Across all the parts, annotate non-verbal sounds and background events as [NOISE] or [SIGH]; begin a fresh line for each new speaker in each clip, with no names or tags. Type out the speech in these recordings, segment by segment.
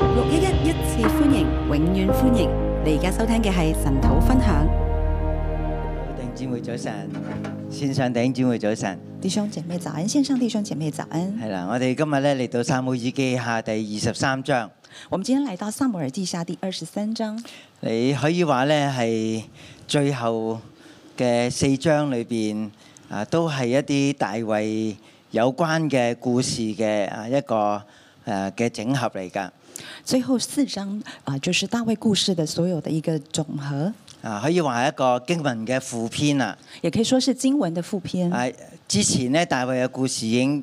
六一一一次歡迎，永遠歡迎！你而家收聽嘅係神土分享。
弟兄姊妹早晨，線上弟兄姊妹早晨，
弟兄姐妹早安，线上弟兄姐妹早安。
係啦，我哋今日咧嚟到撒母耳記下第二十三章，
我们今天来到《萨姆耳记下》第二十三章，
你可以話咧係最後嘅四章裏邊啊，都係一啲大衛有關嘅故事嘅啊一個誒嘅整合嚟㗎。
最后四章啊、就是大卫故事的所有的一个总和，
啊，可以話係一個經文嘅副篇啦。
也可以说是经文的副篇。
哎
啊，之前咧大衛嘅故事已經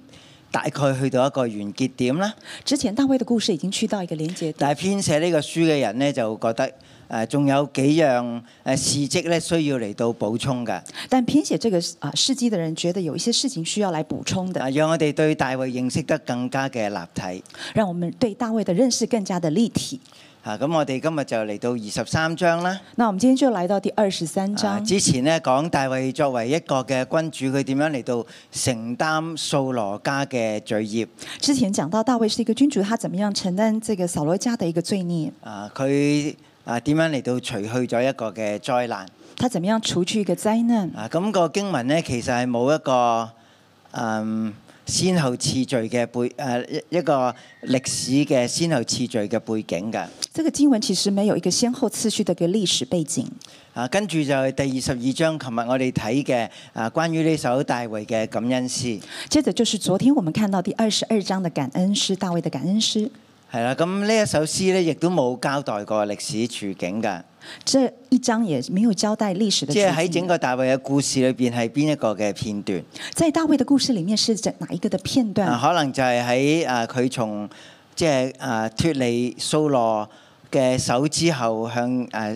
大概去到一個完結點啦。
之前大卫的故事已經去到一个连接点，
但係編寫呢個書嘅人呢，就覺得誒仲、有幾樣誒事蹟咧需要嚟到補充
[LAUGHS]
嘅，
但编写这个啊事迹的人觉得有一些事情需要来补充
哎
的，
啊讓我哋對大衛認識得更加嘅立體。
让我们对大卫的认识更加的立体。
啊，咁我哋今日就嚟到二十三章啦。
那我们今天就来到第二十三
啊
哎
章，
之前呢，講大衛作為一個嘅君主，佢點樣嚟到承擔掃羅家嘅罪孽？
之前讲到大卫是一个君主，他怎么樣承擔这个扫罗家的一个罪孽，
啊，佢啊點樣嚟到除去咗一個嘅災難？
他怎么樣除去一个災難。
啊，咁、個經文咧，其實係冇一個嗯先後次序嘅背誒、一一個歷史嘅先後次序嘅背景㗎。
这个经文其实没有一个先后次序的一个历史背景。
啊，跟住就係第二十二章，琴日我哋睇嘅啊，關於呢首大衛嘅感恩詩
接着就是昨天我们看到第二十二章的感恩诗，大卫的感恩诗。
係啦。咁呢一首詩咧，亦都冇交代過歷史處境㗎，
这一章也没有交代歷史的
即係
處
喺整
境。
個大衛嘅故事裏邊係邊一個嘅片段
在大卫的故事里面是整哪一个的片段？
啊？可能就係喺啊佢從即係啊脱離掃羅嘅手之後，向啊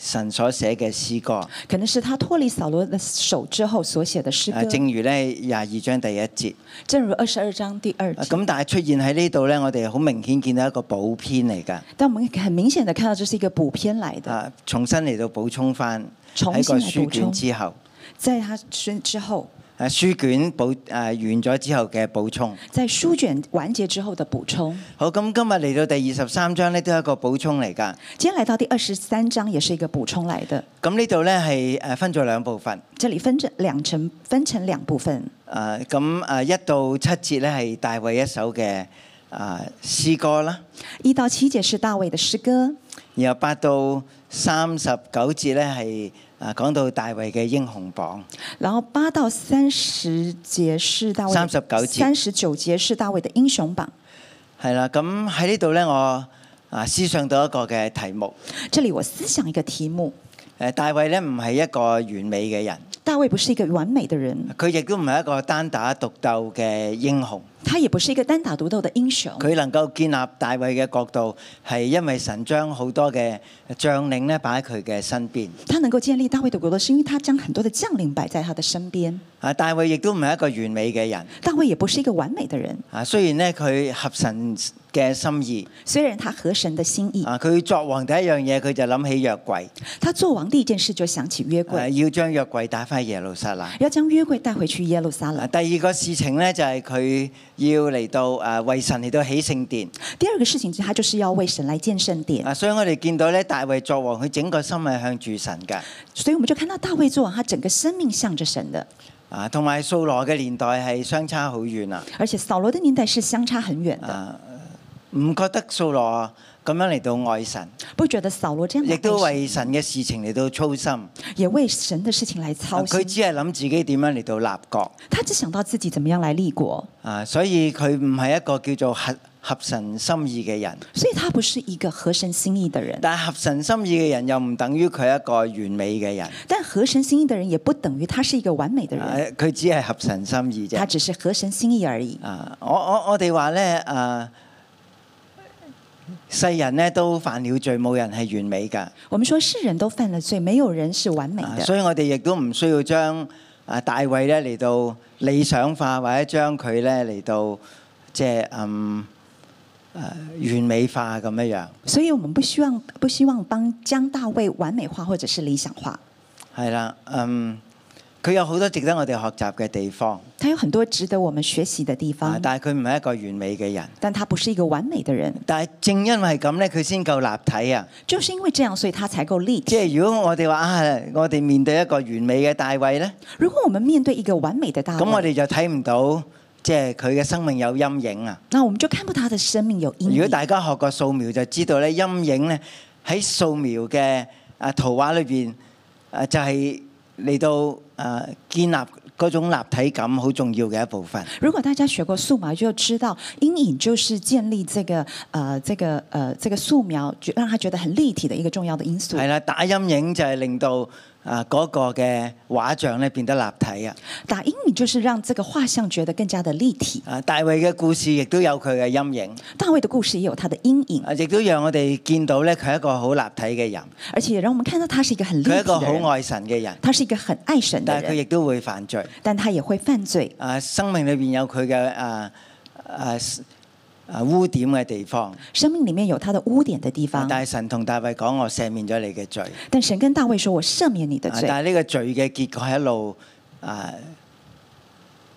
神所寫嘅詩歌。
可能是他脱離扫罗的手之後所寫的詩
啊，
歌，
正如咧廿二章第一節，
正如二十二章第二
啊
节。
咁但係出現喺呢度咧，我哋好明顯見到一個補篇嚟㗎。
但我们很明顯的看到這是一個補篇來的，
啊，重新嚟到補充翻
重
喺
新
個
嚟
書
補
卷
充
之後，
在他宣之後，
啊書卷補啊完咗之後嘅補充。
在書卷完結之後的補充。
好，咁今日嚟到第二十三章咧，都係一個補充嚟㗎。
今天來到第二十三章，也是一個補充來的。
咁呢度咧係誒分咗兩部分。
这里分成两成分成两部分，
啊，咁啊一到七節咧係大衛一首嘅啊詩歌啦，
一到七節是大衛的诗歌，
然後八到三十九節咧係啊講到大衛嘅英雄榜。
然后八到三十节是大卫
39节
三十九节是大卫的英雄榜。
係啦，咁喺呢度咧，我啊思想到一個嘅題目。
这里我思想一个题目：
誒，大衛咧唔係一個完美嘅人，
大卫不是一个完美的人，
佢亦都唔係一個單打獨鬥嘅英雄。
他也不是一个单打独斗的英雄。
佢能夠建立大衛嘅國度，係因為神將好多嘅將領咧擺喺佢嘅身邊。
他能够建立大卫的国度，是因为他将很多的将领摆在他的身边。
啊，大衛亦都唔係一個完美嘅人。
大卫也不是一个完美的人，
啊，雖然咧佢合神嘅心意，
虽然他合神的心意，
啊，佢作王第一樣嘢佢就諗起約櫃，
他做王第一件事就想起约
啊
柜，
要將約櫃帶翻耶路撒冷。
要将约柜带回去耶路撒冷
啊，。第二個事情咧就係佢要嚟到啊為神嚟到起聖殿
第二个事情，他就是要为神来建圣殿，
啊，所以我哋見到咧大衛作王，佢整個心係向住神㗎
所以我们就看到大卫作王，他整个生命向着神的，
啊，同埋掃羅嘅年代係相差好遠啊，
而且扫罗的年代是相差很远的，
唔覺得掃羅咁樣嚟到愛神，
不觉得扫罗这样的
亦都
爱神
為神嘅事情嚟到操心，啊
也为神的事情来操
佢
心，
只係諗自己點樣嚟到立國
他只想到自己怎么样来立国，
啊，所以佢唔係一個叫做合合神心意嘅人，
所以他不是一个合神心意的人。
但係合神心意嘅人又唔等於佢係一個完美嘅人，
但合神心意的人也不等于他是一个完美的
啊
人，
佢只係合神心意啫
嗯他。只是合神心意而已。
啊！我我我哋話咧，啊，世人咧都犯了罪，冇人係完美㗎，
我们说世人都犯了罪，没有人是完美
啊
的，
所以我哋亦都唔需要將啊大衛咧嚟到理想化，或者將佢咧嚟到即係嗯啊完美化咁樣樣。
所以我们不希望不希望帮将大卫完美化或者是理想化。
係啦，嗯，佢有好多值得我哋學習嘅地方，
他有很多值得我们学习的地
啊
方，，
但係佢唔係一個完美嘅人。
但他不是一个完美的人。
但係正因為咁咧，佢先夠立體啊！
就是因为这样，所以他才够立体。
即係如果我哋話啊，我哋面對一個完美嘅大衛咧，
如果我们面对一个完美的大
咁我
卫，
哋就睇唔到即係佢嘅生命有陰影啊！
那我們就看不他的生命有阴
如果
影。
大家學過素描就知道咧，陰影咧喺素描嘅啊圖畫裏邊啊就係、嚟到啊建立嗰種立體感好重要嘅一部分。
如果大家学过素描，就知道阴影就是建立这个呃这个呃这个素描，就让他觉得很立体的一个重要的因素。
係啦，打陰影就係令到啊嗰個嘅畫像咧變得立體啊！
打阴影就是让这个画像觉得更加的立体。
啊，大衛嘅故事亦都有佢嘅陰影，
大卫的故事也有他的阴影，
啊，亦都讓我哋見到咧佢係一個好立體嘅人，
而且也让我们看到他是一个很立
佢係
体
一個
的
好
人，
愛神嘅人，
他是一个很爱神的
但係佢
人，
亦都會犯罪。
但他也会犯罪。
啊，生命裏邊有佢嘅啊啊啊污點嘅地方，
生命里面有他的污点的地
啊
方，
但係神同大衛講：我赦免咗你嘅罪。
但神跟大卫说：“我赦免你的
啊
罪。”
但係呢個罪嘅結果係一路啊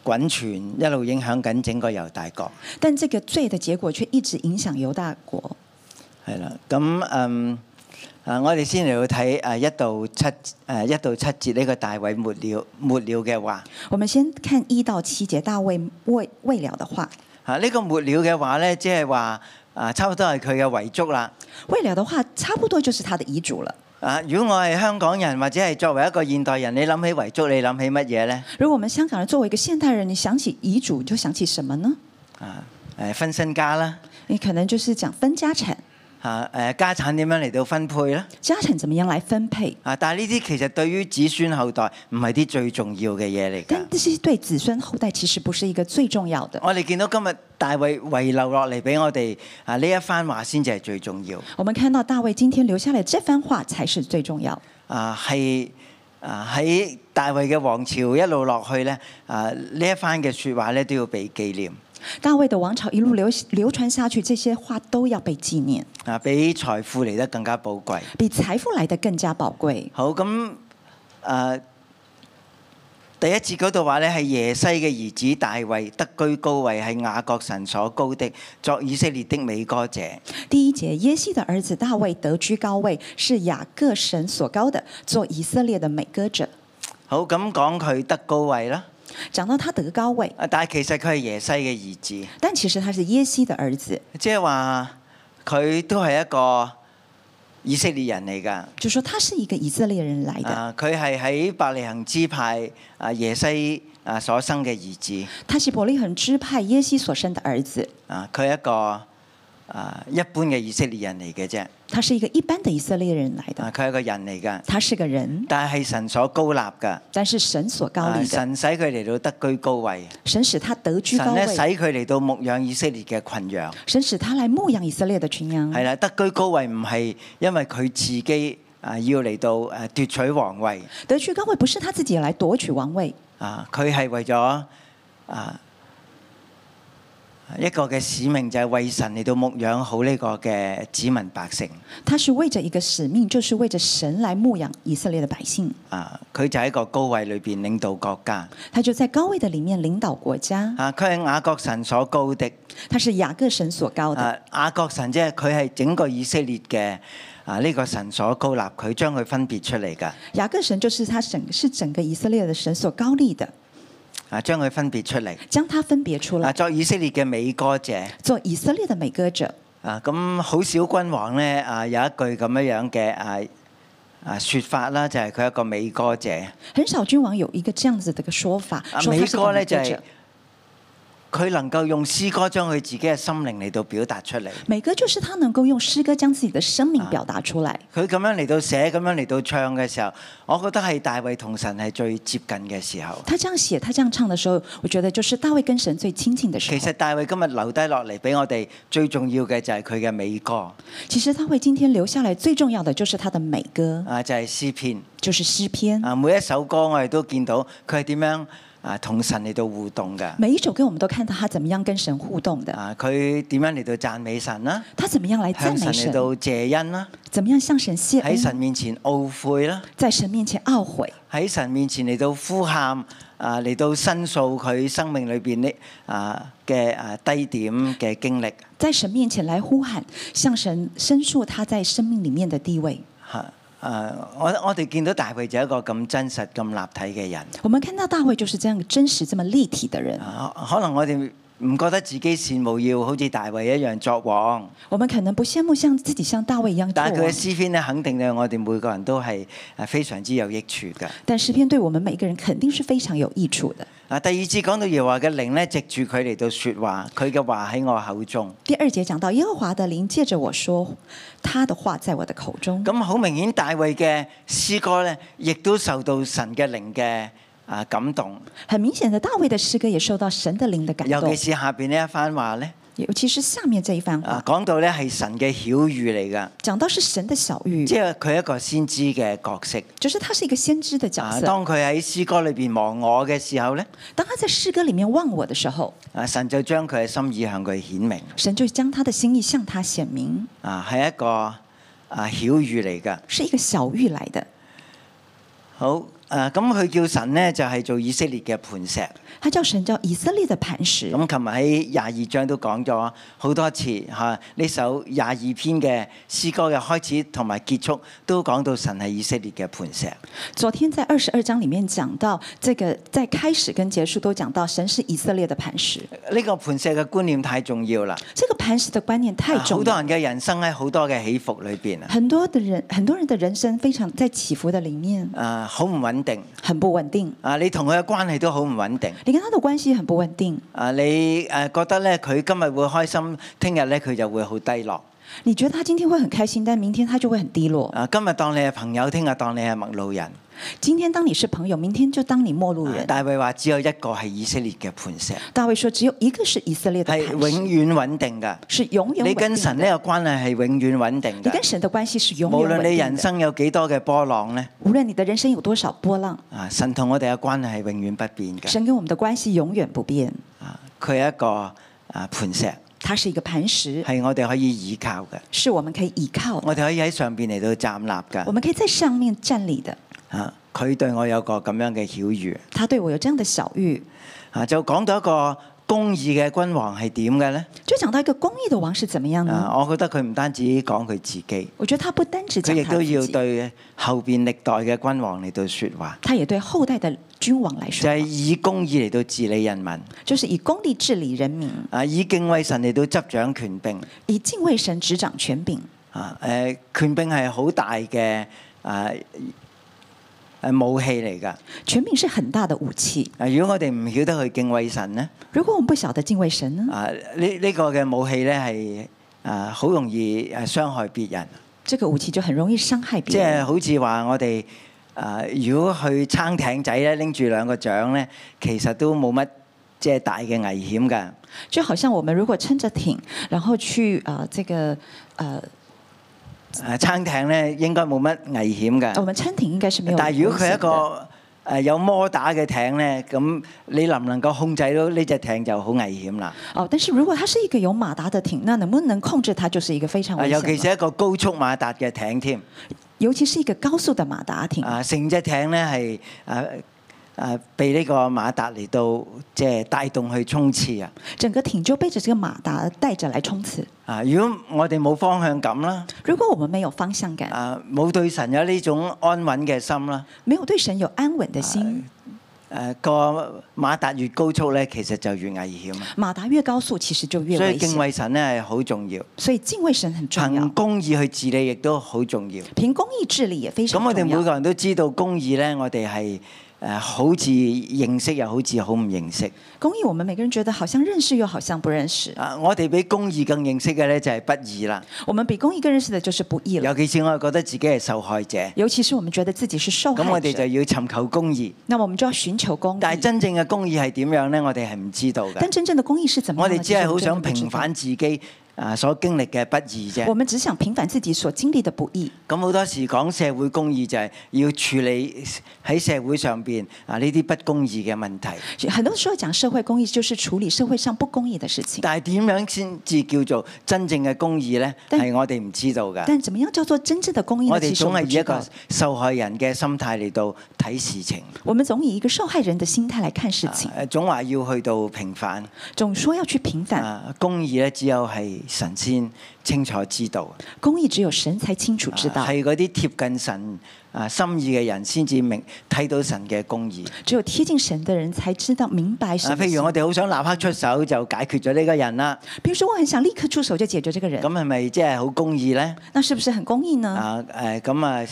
滾傳，一路影響緊整個猶大國。
但这个罪的结果却一直影响犹大国。
係啦，咁嗯啊，我哋先嚟到睇啊一到七誒一到七節呢個大衛末了末了嘅話
我们先看一到七节大卫未未了的话，
啊，呢、個末了嘅話咧，即係話啊，差不多係佢嘅遺囑啦。
未了的话差不多就是他的遗嘱了。
啊，如果我係香港人或者係作為一個現代人，你諗起遺囑，你諗起乜嘢咧？
如果我们香港人作为一个现代人，你想起遗嘱，你就想起什么呢？
啊誒分身家啦，
你可能就是讲分家产，
啊誒家產點樣嚟到分配啦？
家产怎么样来分配。
啊，但係呢啲其實對於子孫後代唔係啲最重要嘅嘢嚟㗎
但。这些对子孙后代其实不是一个最重要的。
我哋見到今日大衛遺留落嚟俾我哋啊呢一番話先至係最重要。
我们看到大卫今天留下来这番话才是最重要。
啊係啊喺大衛嘅王朝一路落去咧，啊呢一番嘅説話咧都要被紀念，
大衛的王朝一路流流傳下去，这些话都要被纪念，
啊比財富嚟得更加寶貴。
比财富来的更加宝贵。
好咁啊，第一節嗰度話咧係耶西嘅兒子大衛得居高位，係雅各神所高的，作以色列的美歌者。
第一节，耶西的儿子大卫得居高位，是雅各神所高的，做以色列的美歌者。
好咁講佢得高位啦，
讲到他得高位，
啊但係其實佢係耶西嘅兒子。
但其实他是耶西的儿子，
即係話佢都係一個以色列人嚟㗎。
就说他是一个以色列人来的，
啊，佢係喺伯利恒支派啊耶西啊所生嘅兒子。
他是伯利恒支派耶西所生的儿子，
啊，佢係一個啊一般嘅以色列人嚟嘅啫。
他是一个一般的以色列人来
啊，
的，
佢係一個人嚟㗎，
他是个人，
但係神所高立㗎。
但是神所高
啊
立的，
神使佢嚟到得居高位，
神使他得居
神
高
咧使
位，
佢嚟到牧養以色列嘅群羊。
神使他来牧养以色列的群羊
係。啦，得居高位唔係因為佢自己啊要嚟到誒奪取皇位。
得居高位不是他自己来夺取王位，
啊，佢係為咗啊一個嘅使命，就係為神嚟到牧養好呢個嘅子民百姓。
他是为着一个使命，就是为着神来牧养以色列的百姓。
啊，佢就喺個高位裏邊領導國家。
他就在高位的里面领导国家，
啊，佢係雅各神所高的。
他是雅各神所高的。
啊，雅各神即係佢係整個以色列嘅啊呢、個神所高立，佢將佢分別出嚟㗎。
雅各神就是他整是整个以色列的神所高立的，
啊，將佢分別出嚟。
将他分别出
啊，
来
作以色列嘅美歌者。
做以色列的美歌者。
啊，咁好少君王咧啊有一句咁樣樣嘅啊啊説法啦，就係、佢一個美歌者。
很少君王有一个这样子的一个说法，
啊，
说
美
他是
歌
个
咧
美
就
歌
係、
者。
佢能夠用詩歌將佢自己嘅心靈嚟到表達出嚟，
美歌就是他能够用詩歌將自己的生命表达出来。
佢咁樣嚟到寫，咁樣嚟到唱嘅時候，我覺得係大衛同神係最接近嘅時候。
他这样写，他这样唱的时候，我觉得就是大卫跟神最亲近的时
其
候。
實大衛今日留低落嚟俾我哋最重要嘅就係佢嘅美歌，
其實大卫今天留下来最重要的就是他的美歌，
啊就係詩篇
就是詩篇。
啊每一首歌我哋都見到佢係點樣啊同神嚟到互動嘅。
每一首歌我们都看到他怎么样跟神互動的，
啊，佢點樣嚟到讚美神啦？
他怎么样来赞
向
美
神嚟
神，
到謝恩啦，
怎么样向神謝
喺神
恩，
面前懊悔啦，
在神面前懊悔，
喺神面前嚟到呼喊啊，嚟到申訴佢生命裏邊呢啊嘅啊低點嘅經歷
在神面前来呼喊，向神申訴他在生命里面的地位。
嚇。啊！我我哋見到大衛就係一個咁真實、咁立體嘅人。
我们看到大卫就是这样真實、这么立體的人。
啊可能我哋唔覺得自己羨慕要好似大衛一樣作王，
我们可能不羨慕像自己像大衛一樣做啊
但係佢嘅
王，
詩篇咧，肯定咧，我哋每個人都係誒非常之有益處嘅。
但诗篇对我们每个人肯定是非常有益處的。
啊，第二次講到耶和華嘅靈咧，藉住佢嚟到説話，佢嘅話喺我口中。
第二节讲到耶和華的靈借着我说，他的話在我的口中。
咁好明顯，大衛嘅詩歌咧，亦都受到神嘅靈嘅啊感動。
很明顯的，大衛的詩歌也受到神的靈的感
尤
動
其，是下邊呢一番話咧，
尤其是下面这一番
啊
話，
講到咧係神嘅曉喻嚟㗎，
講到是神的小玉，
即係佢一個先知嘅角色。
就是他是一個先知的角
啊，
色。
當佢喺詩歌裏邊忘我嘅時候咧。
當他在詩歌里面忘我的時候，
啊，神就將佢嘅心意向佢顯明，
神就將他的心意向他顯明，
啊，係一個啊曉喻嚟㗎。
是一個小玉來的。
好，啊，咁佢叫神呢，就係、做以色列嘅磐石。
他叫神叫以色列的磐石。
咁琴日喺廿二章都講咗好多次嚇，呢、首廿二篇嘅詩歌嘅開始同埋結束都講到神係以色列嘅磐石。
昨天在二十二章里面講到，這個在開始跟結束都講到神是以色列的磐石。
呢、個磐石嘅觀念太重要啦，
這個磐石的觀念太
啊好
重
多
要了。
人嘅人生喺好多嘅起伏裏邊啊，
很多的人，很多人的人生非常在起伏的裡面，
啊，好唔穩定。
很不穩定。
啊！你同佢嘅關係都好唔穩定，
你跟他的關係很不穩定，
啊！你誒覺得咧佢今日會開心，聽日咧佢就會好低落。
你覺得他今天會很開心，但明天他就會很低落。
啊，今日當你係朋友，聽日當你係陌路人。
今天當你是朋友，明天就當你陌路
啊
人。
大衛話：只有一個係以色列嘅磐石，
大衛說，只有一個是以色列的磐
係
石，
哎永遠穩定㗎。
是永遠
你
穩
跟
定
神
的。
呢個關係係永遠穩定
你
㗎。
跟神的關係是永
無
遠
論
穩
你
定
人
的。
生有幾多嘅波浪呢，
無論你的人生有多少波浪，
啊，神同我哋嘅關係係永遠不變㗎。
神跟我們的關係永遠不變。
啊，佢係一個啊磐石，
它是一個磐石，
係我哋可以倚靠嘅，
是我們可以依靠的，
我哋可以喺上邊嚟到站立
我
㗎。
們可以在上面站立的。
啊，佢對我有個咁樣嘅曉喻。
他對我有這樣的小玉，
啊，就講到一個公義嘅君王係點嘅呢？
就講到一個公義的王是怎麼樣呢？
啊，我覺得佢唔單止講佢自己。
我覺得他不單只
佢
嗯
亦
講他
都要
自己，
對後邊歷代嘅君王嚟到説話，
他也對後代的君王來
就
說
係、
話，
以公義嚟到治理人民，
就是以公理治理人民，
啊，以敬畏神嚟到執掌權柄，
以敬畏神執掌權柄。
啊，誒、權柄係好大嘅啊誒武器嚟㗎。
權柄是很大的武器。
啊，如果我哋唔曉得去敬畏神呢，
如果我們不曉得敬畏神呢，
啊，呢呢、個嘅武器呢係啊好容易誒傷害別人，
這個武器就很容易傷害別
即係
人。
好似話我哋。啊！如果去撐艇仔咧，拎住兩個槳咧，其實都冇乜即係大嘅危險㗎。
就好像我們如果撐着艇，然後去啊、呃這個呃，
誒啊撐艇咧應該冇乜危險
我
㗎，
們撐艇應該是沒有
但係如果
風險
佢係一
的
個誒有摩打嘅艇咧，咁你能唔能夠控制到呢只艇就好危險啦。
哦，但是如果它是一個有馬達的艇，那能不能控制它就是一個非常
啊，
危
尤
險的。
其是一個高速馬達嘅艇添，
尤其是一個高速的馬達艇，
啊，成隻艇咧係誒誒被呢個馬達嚟到即係帶動去衝刺啊！
整個艇就被着這個馬達帶着來衝刺。
啊，如果我哋冇方向感啦，
如果我們沒有方向感，
啊，冇對神有呢種安穩嘅心啦，
沒有對神有安穩的心，
哎誒、個馬達越高速咧，其實就越危險啊！
馬達越高速其實就越
所
危
以敬
險。
畏神咧係好重要。
所以敬畏神很重要
憑，公義去治理亦都好重要。
憑公義治理也非常
咁我哋
重
每
要。
個人都知道公義呢，我哋係誒好似認識又好似好唔認識。
公義我們每個人覺得好像認識又好像不認識，
啊，我哋比公義更認識嘅呢，就係不義啦。
我們比公義更認識的就是不義了。
尤其是我哋覺得自己係受害者，咁
尤其是我們覺得自己是受
我
害
哋就
者，
要尋求公義。
那麼我們就要尋求公
但係
義。
真正嘅公義係點樣呢？我哋係唔知道嘅
但。真正的公義是怎麼樣
我
的？
哋只
其實
係
我
好
們真的
想
不知
平
道
反自己啊所經歷嘅不義啫
我。们只想平反自己所经歷的不易。
咁好多時講社會公義就係要處理喺社會上邊啊呢啲不公義嘅問題。
很多时候讲社会公益，就是處理社会上不公义的事情。
但係點樣先至叫做真正嘅公義呢？
但
係我哋唔知道㗎。
但怎么样叫做真正的公益呢？
我
其
哋
实我
總係
们不
以一
知
個
道。
受害人嘅心態嚟到睇事情，
我们总以一個受害人的心態來看事情，
啊總話要去到平反。
總說要去平反
啊，公義咧只有係神先清楚知道，
公益，只有神才清楚知道
啊。係嗰啲貼近神啊心意嘅人先至明睇到神嘅公義。
只有贴近神的人才知道明白神
啊，
的
譬
心。
如我哋好想立刻出手就解決咗呢個人啦，
比如说，我很想立刻出手就解决这个人
咁，係咪即係好公義呢？
那是不是很公益呢？
啊誒，咁啊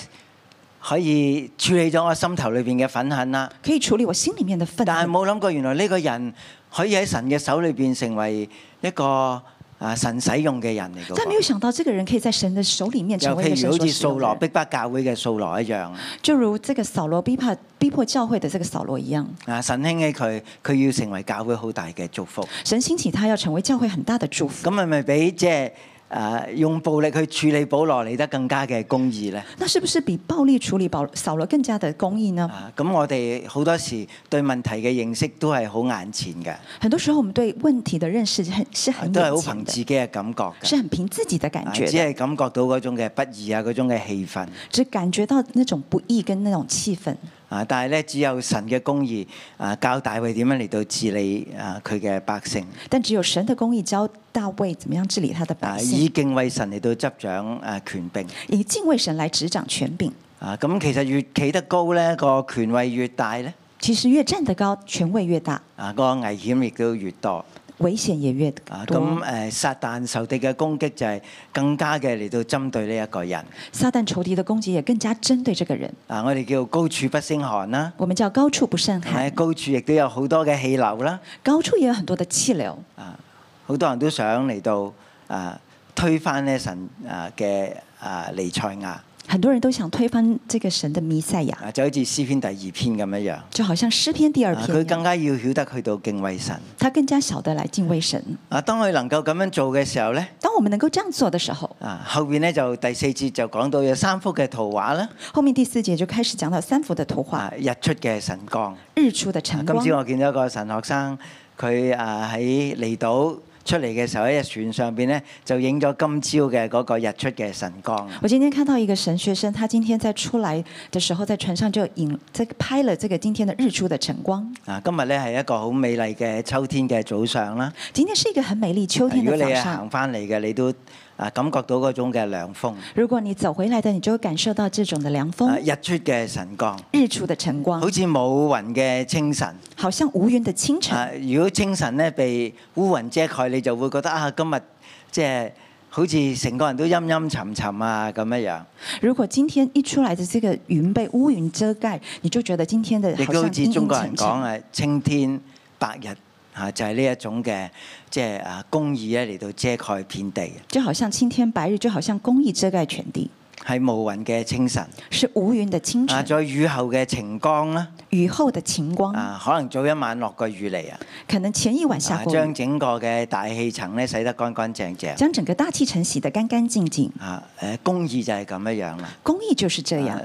可以處理咗我心頭裏邊嘅憤恨啦，
可以處理我心里面的憤
但係
怒，
冇諗過原來呢個人可以喺神嘅手裏邊成為一個啊神使用嘅人嚟嘅
但没有
喎。
想到这个人可以在神的手里面
又
成为一个
譬如
神
好
所
似
使用的
掃羅
人
逼迫教會嘅掃羅一樣。
就如这个扫罗逼迫逼迫教会的这个扫罗一样，
啊！神興起佢，佢要成為教會好大嘅祝福。
神兴起他要成为教会很大的祝福
咁。係咪比即係啊用暴力去處理保羅嚟得更加嘅公義呢？
那是不是比暴力处理保扫罗更加的公义呢？
啊！咁我哋好多時對問題嘅認識都係好眼前嘅，
很多时候我们对问题的认识很是
啊
很
都係
眼
好
前
憑自
的，
己嘅感覺
是
嘅，
很凭自己的感
啊
觉
只
的，
係感覺到嗰種嘅不義啊，嗰種嘅氣氛
只感觉到那种不易跟那种气氛。
啊！但係咧，只有神嘅公義啊，教大衛點樣嚟到治理啊佢嘅百姓
但只有神的公义教大卫怎么样治理他的
啊，
百姓，
以敬畏神嚟到執掌啊權柄。
以敬畏神来执掌权柄。
啊，咁其實越企得高咧，個權位越大咧，
其实越站得高，权位越大，
啊，個危險亦都越多。
危险也越多。
啊，咁誒、呃撒旦仇敵嘅攻擊就係更加嘅嚟到針對呢一個人。
撒旦仇敌的攻击也更加针对这个人。
啊，我哋叫高處不勝寒啦，
我们叫高处不胜
係咪？
寒，
哎高處亦都有好多嘅氣流啦。
高处也有很多的气流，
啊，好多人都想嚟到啊推翻呢神啊嘅啊尼賽亞
很多人都想推翻这个神的弥赛亚，
啊，就好似詩篇第二篇咁樣樣。
就好像诗篇第二
啊
篇
佢
一
更
样，
加要曉得去到敬畏神。
他更加晓得来敬畏神。
啊，當佢能夠咁樣做嘅時候咧。
当我们能够这样做的时候，
啊，後邊咧就第四節就講到有三幅嘅圖畫啦，
后面第四节就开始講到三幅的图画
啊，日出嘅晨光。啊
日出的晨
今
光。
朝我見到一個神學生，佢啊喺離島出嚟嘅時候，喺隻船上邊咧就影咗今朝嘅嗰個日出嘅晨光。
我今天看到一个神学生，他今天在出来的时候，在船上就影这个拍了这个今天的日出的晨光。
啊，今日咧係一個好美麗嘅秋天嘅早上啦。
今天是一个很美丽秋天
啊如果
的
你
早
係
上
行。翻嚟嘅，你都啊感覺到嗰種嘅涼風。
如果你走回来的，你就会感受到这种的凉
啊，
风，
日出嘅晨光，
日出的晨光
好，似冇雲嘅清晨。
好像无云的清晨。
啊，如果清晨咧被烏雲遮蓋，你就會覺得啊，今日即係好似成個人都陰陰沉沉啊咁樣
如果今天一出来的这个云被乌云遮盖，你就觉得今天的
樣，亦
好
都
像
好似
阴
中
阴
國人
沉
講
沉。
啊，青天白日啊，就係呢一種嘅即係啊公義咧嚟到遮蓋遍地，
就好像青天白日，就好像公益遮盖全地，
係無雲嘅清晨
是无云的清
啊，
晨，
再雨後嘅晴光啦
雨后的晴光，
啊，可能早一晚落過雨嚟啊，
可能前一晚下
啊
过
將
雨，
整個嘅大氣層咧洗得乾乾淨淨
将整个大气层洗得干干净净。
啊，誒公義就係咁樣樣啦。
公益就是这
啊
样，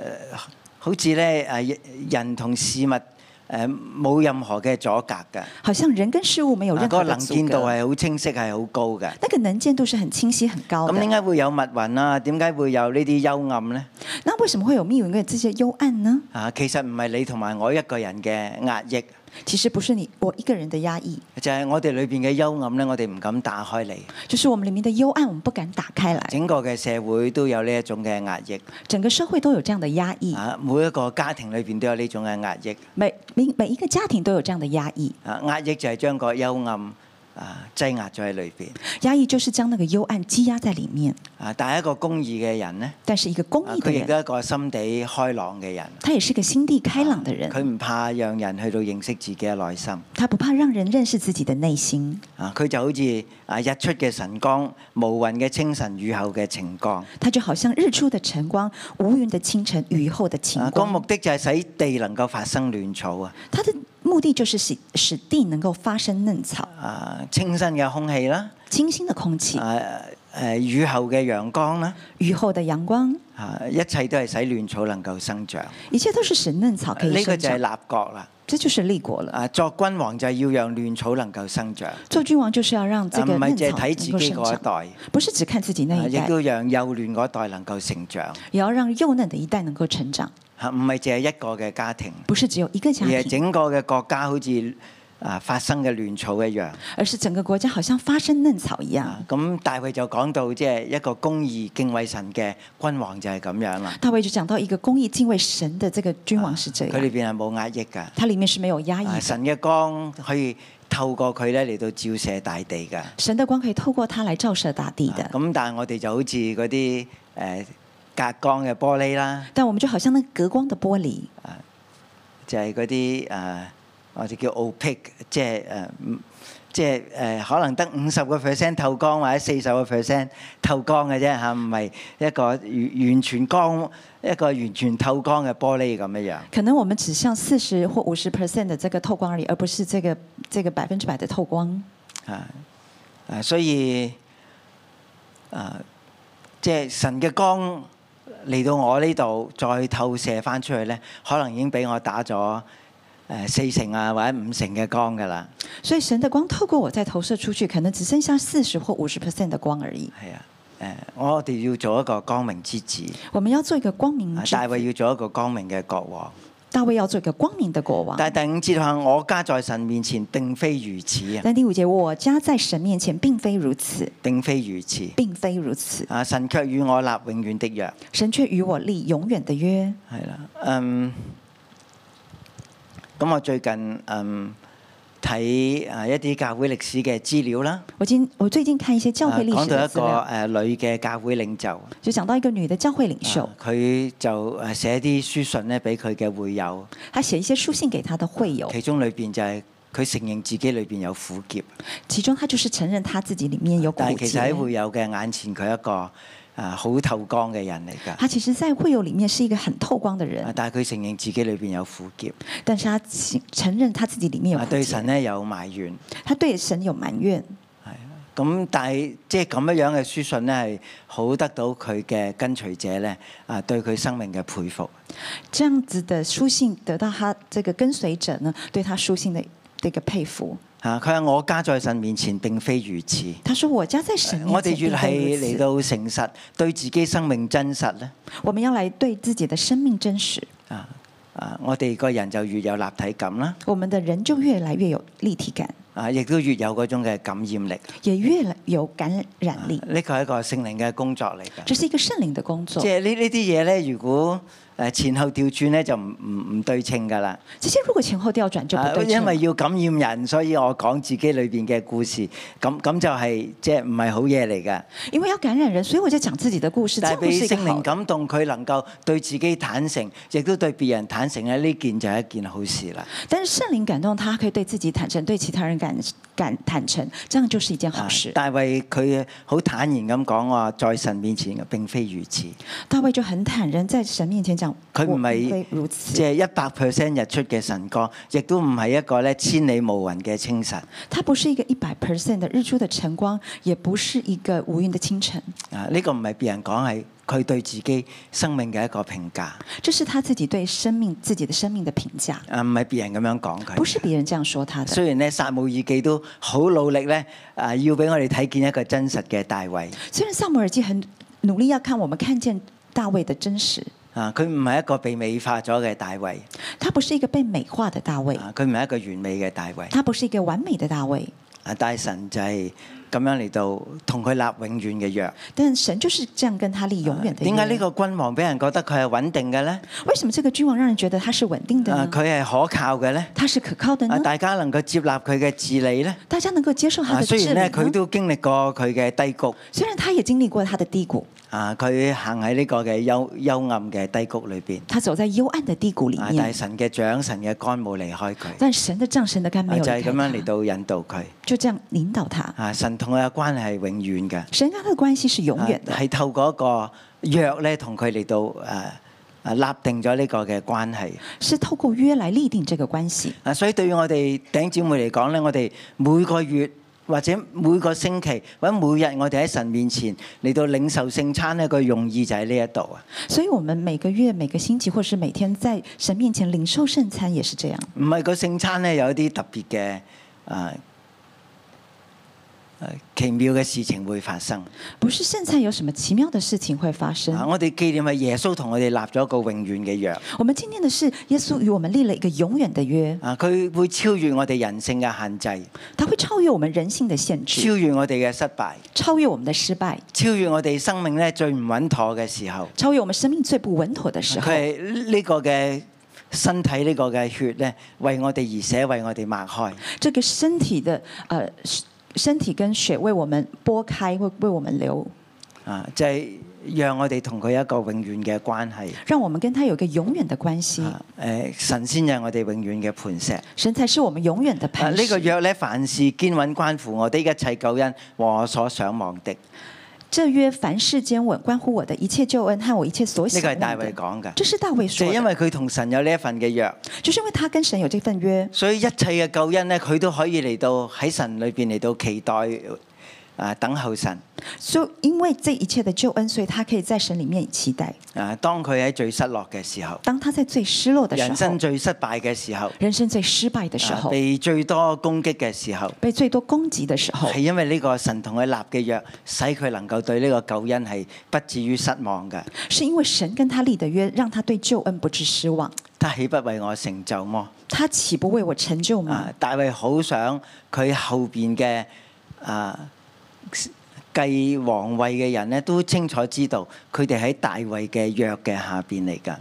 好似咧誒人同事物誒冇任何嘅阻隔嘅，啊
好像人跟事物没有
嗰
任
個
何的
能
阻
見度
隔。
啊係好清晰係好高嘅。
那个能见度是很清晰、很高
咁點
的。
解會有密雲啊？點解會有呢啲幽暗呢？
那为什么会有密云跟这些幽暗呢？
啊，其實唔係你同埋我一個人嘅壓抑，
其实不是你我一个人的压抑，
就係、我哋裏邊嘅幽暗呢，我哋唔敢打開嚟。
就是我们里面的幽暗，我们不敢打开来。
整個嘅社會都有呢一種嘅壓抑，
整个社会都有这样的压抑，
啊，每一個家庭裏邊都有呢種嘅壓抑。
每每每一个家庭都有这样的压抑。
啊，壓抑就係將個幽暗啊擠壓咗喺裏邊。
压抑就是将那个幽暗积压在里面。
啊，但係一個公義嘅人呢。
但是一个
啊
公益
佢
的
亦
人，
都一個心地開朗嘅人，
他也是个心地开朗的
佢
人，
唔怕讓人去到認識自己嘅內心。
他不怕让人认识自己的内心。
啊，佢就好似啊日出嘅晨光、無雲嘅清晨、雨後嘅晴光。啊
他就好像日出的晨光、无云的清晨、雨后的晴
啊，個目
光。
的就係使地能夠發生亂草啊！
他的目目的就是使使地能够发生嫩草，
啊清新嘅空氣啦，
清新的空气，
啊誒雨後嘅陽光啦，
雨后的陽光，
啊一切都係使嫩草能夠生長。
一切都是使嫩草可以
呢個
生
就係
長。
立國啦。
这就是立國了。
啊，作君王就係要讓嫩草能夠生長，啊
做君王就是要讓這
唔
個
係
嫩
淨係
草
睇自
能夠
己
生
嗰一代
長，，不是只看自己那
啊
一
亦
代，
都讓幼嫩嗰一代能夠成長。
也要讓幼嫩的一代能夠成長，
嚇，啊唔係淨係一個嘅家庭，
不是只有一個家
而係
庭，
整個嘅國家好似啊發生嘅亂草一樣。
而是整個國家好像發生嫩草一樣。
啊咁大衛就講到即係一個公義敬畏神嘅君王就係咁樣啦。
大衛就講到一個公義敬畏神的這個君王是這
佢
樣，
裏邊係冇壓抑㗎，
它裡面是沒有壓抑
啊
的。
神嘅光可以透過佢咧嚟到照射大地㗎。啊
神的光可以透過它來照射大地的，
咁但係我哋就好似嗰啲誒隔光嘅玻璃啦，
但我們就好像那隔光的玻璃，
啊就係嗰啲誒我哋叫 opaque，即係誒唔即係誒、可能得五十個 percent 透光或者四十個 percent 透光嘅啫嚇，唔係一個完完全光一個完全透光嘅玻璃咁樣樣。
可能我們只像四十或五十 percent 的這個透光而已，而不是這個這個百分之百的透光。
啊啊，所以啊，即係神嘅光嚟到我呢度，再透射翻出去咧，可能已經俾我打咗誒四成啊或者五成嘅光噶啦，
所以神的光透過我再投射出去，可能只剩下四十或五十 percent 的光而已。
係啊。誒，我哋要做一個光明之子，
我們要做一個光明
啊
之
大
子
衛要做一個光明嘅國王。
大衛要做一個光明的國王。
但係第五節話：我家在神面前並非如此啊，
但第五節，我家在神面前並非如此，
並非如此。
並非如此，
啊，神卻與我立永遠的約。
神卻與我立永遠的約。
係啦，嗯，咁我最近嗯睇啊一啲教會歷史嘅資料啦，
我今我最近看一些教會歷
啊講
史
到
的
一
資
個
料，
誒女嘅教會領袖，啊
就講到一個女的教會領袖，
佢就誒寫啲書信咧俾佢嘅會友，
她寫一些書信給她的會友，
其中裏邊就係佢承認自己裏邊有苦澀，
其中她就是承認她自己裡面有苦
但係其實喺
澀。
會友嘅眼前，佢一個啊好透光嘅人嚟㗎。
她其實，在會友裡面是一個很透光的
啊
人，
但係佢承認自己裏邊有苦澀，
但是她承認她自己裡面有
啊
苦
對
澀
神，咧有埋怨。
她對神有埋怨。
咁但係即係咁樣樣嘅書信咧，係好得到佢嘅跟隨者咧啊對佢生命嘅佩服。
这样子的书信得到他这个跟随者呢，对他书信的这个佩服。
啊，佢話我家在神面前並非如此。
他说：“我家在神面
呃我
前
哋
並
越係
非如
嚟
此，
到誠實，對自己生命真實咧
我们要来对自己的生命真实，
啊啊，我哋個人就越有立體感啦，
我们的人就越来越有立体感，
啊，亦都越有嗰種嘅感染力。
也越来有感染力。
呢個係一個聖靈嘅工作嚟㗎。
这是一个圣灵的工作
即。係呢呢啲嘢咧，如果誒前後調轉咧，就唔唔唔對稱㗎啦。
这些如果前后调转就不
啊
对
因
称了
為。要感染人，所以我講自己裏邊嘅故事，咁咁就係即係唔係好嘢嚟㗎。
因为要感染人，所以我就讲自己的故事，这
但係
样不
俾
是一
聖
个好
靈感動，佢能夠對自己坦誠，亦都對別人坦誠咧，呢件就係一件好事啦。
但是圣灵感动他，可以对自己坦诚，对其他人感感坦诚，这样就是一件好
啊
事。
大衛佢好坦然咁講話，在神面前並非如此，
大卫就很坦然，在神面前讲，
佢唔
我并
係
非如此。
即係一百 percent 日出嘅神光，亦都唔係一個咧千里無雲嘅清晨。
它不是一个一百 percent 的日出的晨光，也不是一个无云的清晨，
啊，呢、個唔係別人講，係佢對自己生命嘅一個評價。
这是他自己对生命自己的生命的评价，
啊，唔係別人咁樣講佢。
不是別人這樣說他的。
雖然咧撒姆耳記都好努力咧，啊要俾我哋睇見一個真實嘅大衛
虽然萨姆耳记很努力要看我们看見大衛的真實，
啊，佢唔係一個被美化咗嘅大衛，
他不是一個被美化的大衛，
啊佢唔係一個完美嘅大衛，
他不是一個完美的大衛，
啊但係神就係咁樣嚟到同佢立永遠嘅約。
但神就是這樣跟他立永遠的約。
點解呢個君王俾人覺得佢係穩定嘅咧？
为什么這個君王讓人覺得他是穩定的
啊
呢？
佢係可靠嘅咧？
他是可靠的
啊
呢？
大家能夠接納佢嘅治理咧？
大家能夠接受他
啊
的治
雖
理嗯
然咧佢
呢？
都經歷過佢嘅低谷，
雖然他也經歷過他的低谷，
啊佢行喺呢個嘅幽幽暗嘅低谷裏邊，
他走在幽暗的低谷裡
啊但係
面，
神嘅掌、神嘅竿冇離開佢。
但神的杖、神的竿
啊
沒有
就
離
係咁樣
開
嚟
他，
到引導佢。
就這樣引導他。
啊，神同佢嘅關係係永遠嘅，
神跟他的關係是永
啊
遠的，
係透過一個約咧，同佢嚟到誒啊立定咗呢個嘅關係。
是透过约来立定这个关系。
啊，所以對於我哋頂姊妹嚟講咧，我哋每個月或者每個星期或者每日，我哋喺神面前嚟到領受聖餐咧，個用意就喺呢一度啊，
所以，我们每个月、每个星期，或是每天在神面前领受圣餐，也是这样。
唔係個聖餐咧有一啲特別嘅啊。啊奇妙嘅事情會發生。
不是圣餐有什么奇妙的事情会发
啊
生。
我哋紀念係耶穌同我哋立咗一個永遠嘅約。
我们今天的是耶稣与我们立了一个永远的约，
啊，佢會超越我哋人性嘅限制，
它会超越我们人性的限制，
超越我哋嘅失敗，
超越我们的失敗，
超越我哋生命咧最唔穩妥嘅時候。
超越我们生命最不稳妥的时候。
佢係呢個嘅身體呢個嘅血咧，為我哋而捨，為我哋擘開。
这个身体的呃身身体跟血为我们拨开，为为我们流，
啊，就係、讓我哋同佢一個永遠嘅關係。
让我们跟他有一个永远的关系。
啊，誒神仙就係我哋永遠嘅磐石。
神才是我们永远的
啊！
磐
呢、
石。
個約咧，凡事堅穩，關乎我的一切救恩和我所想望的。呢、
这约凡世间稳，关乎我的一切救恩和我一切所喜
個
欢
係大
的。
衛講㗎，
这是大卫
就
说
係
的，
因為佢同神有呢一份嘅約，
就是因为他跟神有这份约，
所以一切嘅救恩咧，佢都可以嚟到喺神裏邊嚟到期待啊，等候神
所以因为这一切的救恩，所以他可以在神里面期待。
啊。當佢喺最失落嘅時候，
当他在最失落的时
人
候
生，最失敗嘅時候。啊
人生最失败的时候，
被最多攻擊嘅時候，
被最多攻擊的时候
係，因為呢個神同佢立嘅約，使佢能夠對呢個救恩係不至於失望嘅。
是因为神跟他立的约，让他對救恩不致失望。
他岂不為我成就麼？
他岂不为我成就吗
啊？，大衛好想佢後邊嘅啊繼皇位嘅人咧，都清楚知道佢哋喺大衛嘅約嘅下邊嚟㗎。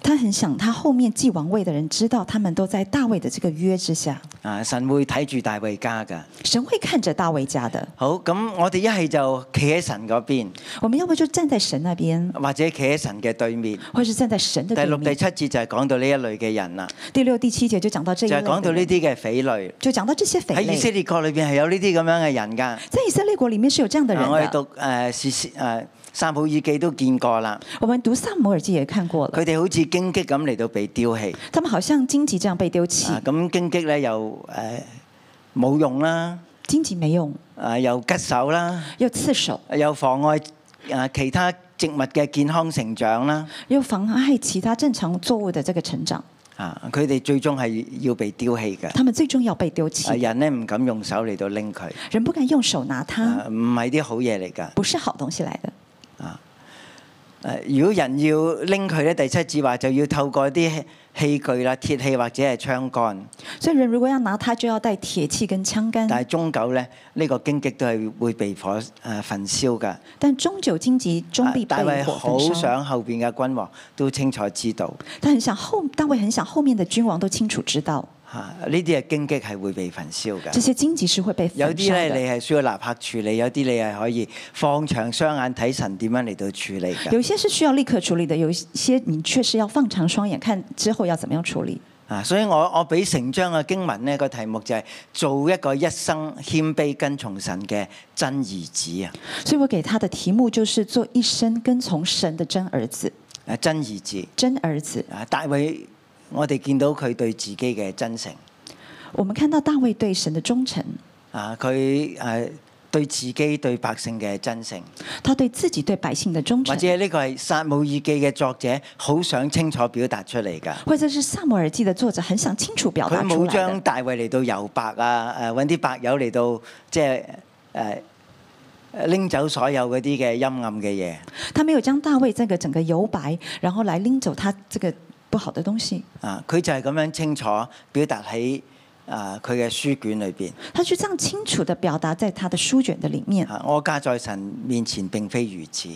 他很想他后面继王位的人知道，他们都在大卫的这个约之下，
啊，神會睇住大衛家㗎。
神会看着大卫家的。
好，咁我哋一係就企喺神嗰邊，
我们要不就站在神那边，
或者企喺神嘅對面。
或是站在神的
第
对
六、第
面。
七節就係講到呢一類嘅人啦。
第六、第七节就讲到这一
就
类
係
的人，
講到呢啲嘅匪類
就講到这些匪
喺以色
类，
列國裏邊係有呢啲咁樣嘅人㗎。
在以色列国里面是有这样的人
啊我哋
的。
讀誒史詩誒呃三普爾記都見過啦，
我们读萨姆耳记也看過了，
佢哋好似荊棘咁嚟到被丟棄。
他们好像荆棘这样被丢弃，
啊，咁荊棘咧又誒冇用啦，
荆棘没用，
啊又吉手啦，
又刺手，
又妨礙啊其他植物嘅健康成長啦。
又妨碍其他正常作物的这个成长，
啊，佢哋最終係要被丟棄嘅。
他们最终要被丢
啊，
弃。
人咧唔敢用手嚟到拎佢，
人不敢用手拿它，
啊唔係啲好嘢嚟㗎。
不是好东西来的。
誒，如果人要拎佢咧，第七節話就要透過啲器具啦、鐵器或者係槍杆，
所以人如果要拿它，就要带铁器跟枪杆。
但係終究咧，呢、個荊棘都係會被火誒焚燒㗎。
但终究荆棘终必
啊大衛
被火
好
焚烧。
想後邊嘅君王都清楚知道
他很想后，大卫很想后面的君王都清楚知道，
嚇，呢啲嘅荊棘係會被焚燒
这
㗎。
些荆棘是会被
有
焚
啲
烧
咧，
的。
你係需要立刻處理；有啲你係可以放長雙眼睇神點樣嚟到處理㗎。
有一些是需要立刻处理的，有一些你确实要放长双眼看之后要怎么样处理。
啊，所以我我俾成章嘅經文呢個題目就係、做一個一生謙卑跟從神嘅真兒子啊！
所以我给他的题目就是做一生跟从神的真儿子，
誒啊真兒子
真儿子。
啊！大衛，我哋見到佢對自己嘅真誠
我们看到大卫对神的忠诚，
啊，佢誒對自己對百姓嘅真誠，
他对自己對百姓的忠誠，
或者呢個係撒姆耳記嘅作者好想清楚表達出嚟㗎。
或者是《萨摩耳記》的作者很想清楚表
佢
達啊出
冇
來
將
的。
大衛嚟到遊白啊，誒揾啲白友嚟到即係誒拎走所有嗰啲嘅陰暗嘅嘢。
他沒有將大衛這個整個由白，然後來拎走他這個不好的東西。
啊，佢就係咁樣清楚表達喺啊佢嘅書卷裏邊。
他就這樣清楚地表達在他的書卷的裡面。
啊，我家在神面前並非如此。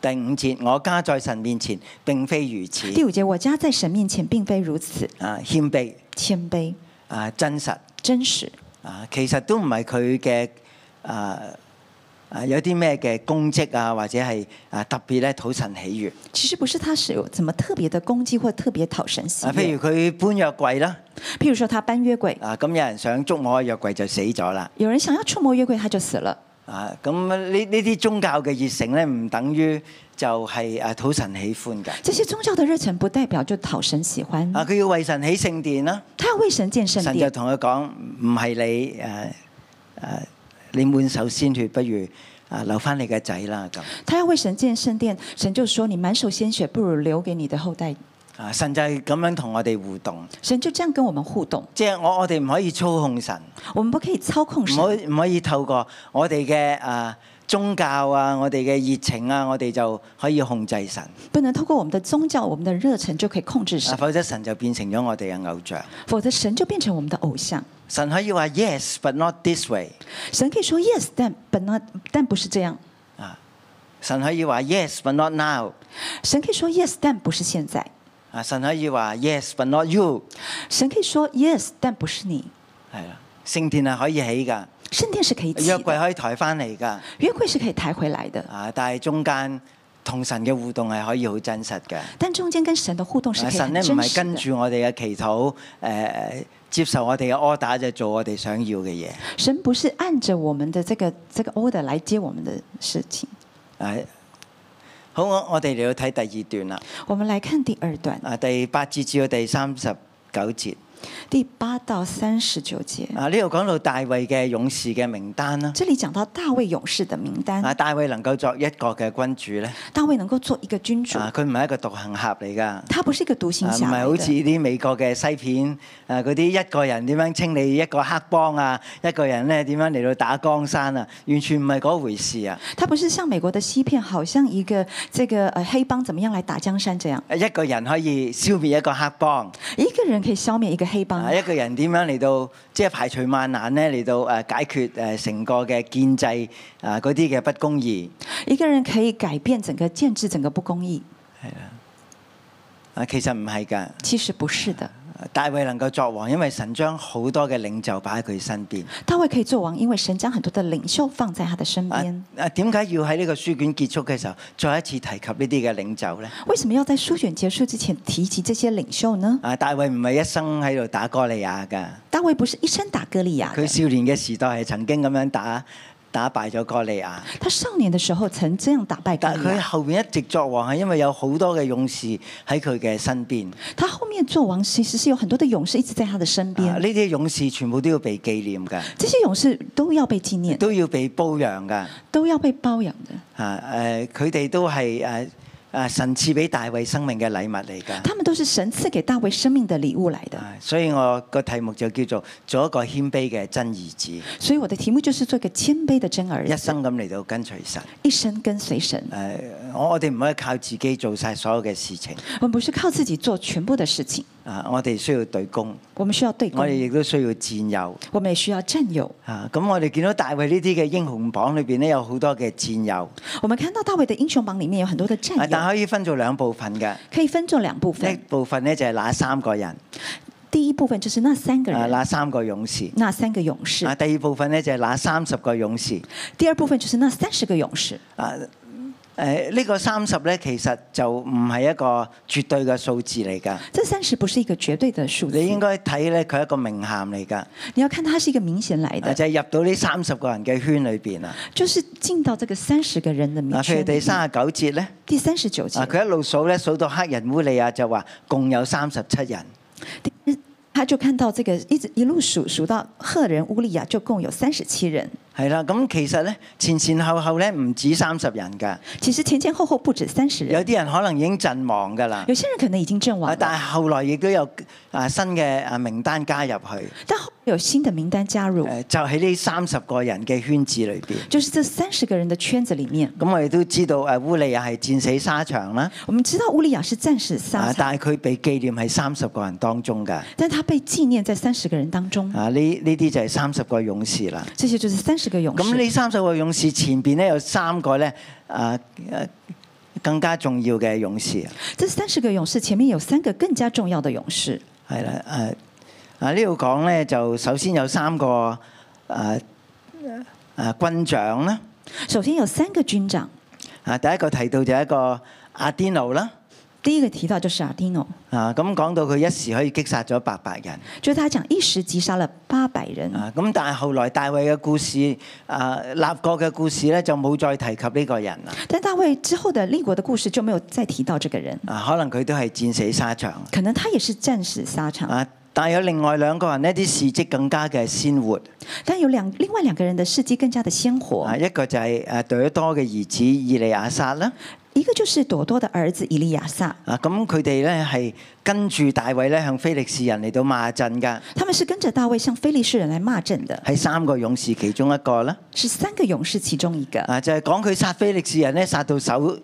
第五節，我家在神面前並非如此。
第五節，我家在神面前並非如此
啊，謙卑
謙卑
啊，真實
真實，
啊，其實都唔係佢嘅啊啊有啲咩嘅功績啊，或者係啊特別咧討神喜悅。
其實不是他是有怎麼特別的攻擊或特別討神喜
啊，譬如
悅。
佢搬約櫃啦，
譬如說他搬約櫃，
啊咁有人想捉摸個約櫃就死咗啦。
有人想要觸摸約櫃，他就死了。
啊，咁呢呢啲宗教嘅熱誠咧，唔等於就係誒討神喜歡㗎。
这些宗教的热忱不代表就讨神喜欢，
啊，佢要為神起聖殿啦，
他要为神建圣
神就
殿。
同佢講：唔係你誒誒、啊你滿手鮮血，不如啊留翻你嘅仔啦咁。
他要为神建圣殿，神就说：“你满手鲜血，不如留给你的后代。
啊，神就係咁樣同我哋互動，”
神就这样跟我们互动，
即係我我哋唔可以操控神，
我们不可以操控
唔
神，
可以唔可以透過我哋嘅啊宗教啊，我哋嘅熱情啊，我哋就可以控制神。啊
不能透过我们的宗教、我们的热忱就可以控制神，
否則神就變成咗我哋嘅偶像。
否則神就变成我们的偶像。
神可以話 yes but not this way，
神可以说 yes，但本来但不是这样。
神可以話 yes but not now，
神可以说 yes，但不是现在。
啊神可以話 yes but not you，
神可以说 yes，但不是你。
係啦，聖殿係可以起㗎，
圣殿是可以起
約櫃
的，
可以抬翻嚟㗎，
约柜是可以抬回来的，
啊但係中間同神嘅互動係可以好真實嘅。啊
但中间跟神的互动是可以
呃神
很
咧唔
真
係
实
跟
的。
住我哋嘅祈禱，誒、誒接受我哋嘅 order 就做我哋想要嘅嘢。
神不是按着我们的这个这个 order 来接我们的事情。
誒啊好，我我哋嚟到睇第二段啦。
我们来看第二段，
啊，第八節至到第三十九節。
第八到三十九节，
啊，呢度講到大衛嘅勇士嘅名單啦。
这里讲到大卫勇士的名
啊，
单。
大衛能夠作一個嘅君主咧，
大卫能够做一个君主，
啊，佢唔係一個獨行俠嚟㗎。
他不是一个独行
啊唔
侠
係
来
好似
的，
啲美國嘅西片，誒嗰啲一個人點樣清理一個黑幫啊，一個人咧點樣嚟到打江山啊，完全唔係嗰回事啊！
他不是像美国的西片，好像一个这个呃黑帮怎么样来打江山这样，
一個人可以消滅一個黑幫，
一个人可以消灭一个黑帮
啊，一個人點樣嚟到即係排除萬難咧，嚟到誒解決誒成個嘅建制啊嗰啲嘅不公義
一个人可以改变整个建制、整个不公义，
啊，其實唔係㗎。
其实不是的。
呃大衛能夠作王，因為神將好多嘅領袖擺喺佢身邊。
大卫可以做王，因为神将很多的领袖放在他的身
啊
边。
啊，點解要喺呢個書卷結束嘅時候再一次提及呢啲嘅領袖呢？
为什么要在书卷结束之前提及这些领袖呢？
啊，大衛唔係一生喺度打哥利亞㗎，
大卫不是一生打歌利亚的
佢少年嘅時代係曾經咁樣打打敗咗哥利亞。
他少年的时候曾这样打败歌
但
利
佢
亚，
後面一直作王係因為有好多嘅勇士喺佢嘅身邊，
他后面做王其实是有很多的勇士一直在他的身
啊
边，
呢啲勇士全部都要被紀念㗎，
这些勇士都要被纪念，
都要被褒揚㗎。
都要被包养的，
啊誒，佢哋都係誒誒神賜俾大衛生命嘅禮物嚟㗎。
他们都是神赐给大卫生命的礼物来的。
啊所以我個題目就叫做做一個謙卑嘅真兒子，
所以我的题目就是做一个谦卑的真儿
一
子，
生咁嚟到跟隨神。
一生跟随神。
誒，我我哋唔可以靠自己做晒所有嘅事情。
我们不是靠自己做全部的事情，
啊，我哋需要對攻，
我们需要对
我哋
攻，
亦都需要戰友。
我们也需要战友。
啊，咁我哋見到大衛呢啲嘅英雄榜裏邊咧，有好多嘅戰友。
我们看到大卫的英雄榜里嗯面有很多的战
啊，但
友，
可以分做兩部分嘅。
可以分作两部
一
分。
部分咧就係那三個人，
第一部分就是那三个
啊，
人，
那三個勇士。
那三个勇士
啊，；第二部分咧就係那三十個勇士。
第二部分就是那三十个勇士。
啊，誒呢個三十咧，其實就唔係一個絕對嘅數字嚟㗎。
这三十不是一个绝对的数字，
你應該睇咧，佢係一個名銜嚟㗎，
你要看它是一个明显来
啊
的，
就係入到呢三十個人嘅圈裏邊啊。
就是进到这个三十个人的名
嗱，譬
圈
如
里
第
面。
三十九節咧，
第三十九节
啊，，佢一路數咧，數到黑人烏利亞就話共有三十七人。
他就看到这个一直一路数数到赫人乌利亚，就共有三十七人。
係啦，咁其實咧前前後後咧唔止三十人㗎，
其实前前後後不止三十
有
人，
啲人可能已經陣亡㗎啦。
有些人可能已經阵亡
啊，但
了，
係後來亦都有啊新嘅啊名單加入去，
但后面有新的名单加入，
誒就喺呢三十個人嘅圈子裏邊。
就是这三十个人的圈子里面，
咁我哋都知道啊誒烏利亞係戰死沙場啦，
我们知道乌利亚是战士
啊
撒，
但係佢被紀念喺三十個人當中㗎。
但他被纪念在三十个人当中，
啊！呢呢啲就係三十個勇士啦。
这些就是三十个勇
咁
士。
呢三十個勇士前邊咧有三個咧啊誒更加重要嘅勇士啊，
这三十个勇士前面有三个更加重要的勇士，
係啦誒啊呢度講咧就首先有三個啊啊軍長啦，
首先有三个军长，
啊第一個提到就係一個阿甸奴啦，
第第一个提到就是阿迪诺，
啊，咁講到佢一時可以擊殺咗八百人
就是他讲一时击杀了八百人。
啊，咁但係後來大衛嘅故事啊，立國嘅故事咧就冇再提及呢個人啦。
但大卫之后的立国的故事就没有再提到这个人，
啊，可能佢都係戰死沙場
可能他也是战死沙场。
啊。但有另外兩個人呢啲事蹟更加嘅鮮活
但有兩另外兩個人的事迹更加的鮮活
啊，，一個就係誒朵多嘅兒子以利亞撒啦。
一個就是朵多的兒子以利亞撒，
啊，咁佢哋咧係跟住大衛咧向非利士人嚟到罵陣㗎，
他們是跟着大衛向非利士人來罵陣的，
係三個勇士其中一個啦。
是三個勇士其中一個，
啊，就係講佢殺非利士人咧，殺到手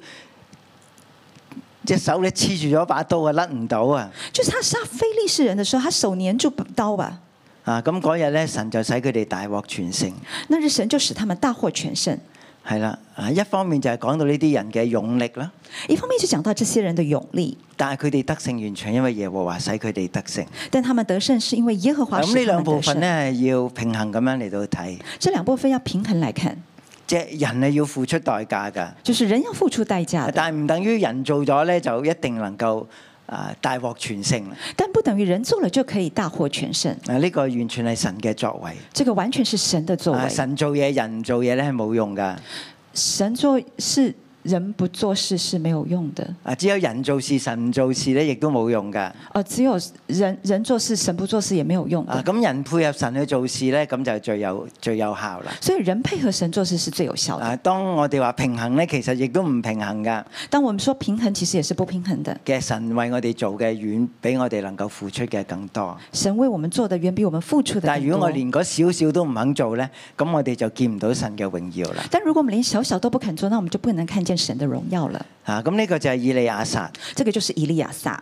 隻手咧黐住咗把刀啊，甩唔到啊！
就是他殺非利士人的時候，他手粘住刀吧，
啊，咁嗰日咧，神就使佢哋大獲全勝，
那日神就使他們大獲全勝。
係啦。啊，一方面就係講到呢啲人嘅勇力啦，
一方面就講到這些人的勇力，
但係佢哋得勝完全因為耶和華使佢哋得勝。
但他們得勝是因為耶和華使
咁呢
他
兩
們得
部分
勝。
咧係要平衡咁樣嚟到睇，
這兩部分要平衡來看，
即係人係要付出代價㗎。
就是人要付出代價的，
但係唔等於人做咗咧就一定能夠啊大獲全勝啦。
但不等於人做了就可以大獲全勝。
啊，呢個完全係神嘅作為。
這個完全是神的作
啊，
為。
神做嘢，人唔做嘢咧係冇用㗎。
神做事，人不做事是没有用的。
啊，只有人做事，神唔做事咧，亦都冇用㗎。
呃，只有人人做事，神不做事也没有用的。
啊，咁人配合神去做事咧，咁就最有最有效啦。
所以人配合神做事是最有效的。
啊，當我哋話平衡咧，其實亦都唔平衡㗎。
当我们说平衡，其实也是不平衡的。
嘅神為我哋做嘅遠，比我哋能夠付出嘅更多。
神为我们做的远比我们付出的
但係
更
如果我
多。
連嗰少少都唔肯做咧，咁我哋就見唔到神嘅榮耀啦。
但如果我们连小小都不肯做，那我们就不能看见神的荣耀了。
啊，咁呢個就係以利亞撒。
这个就是以利亚撒。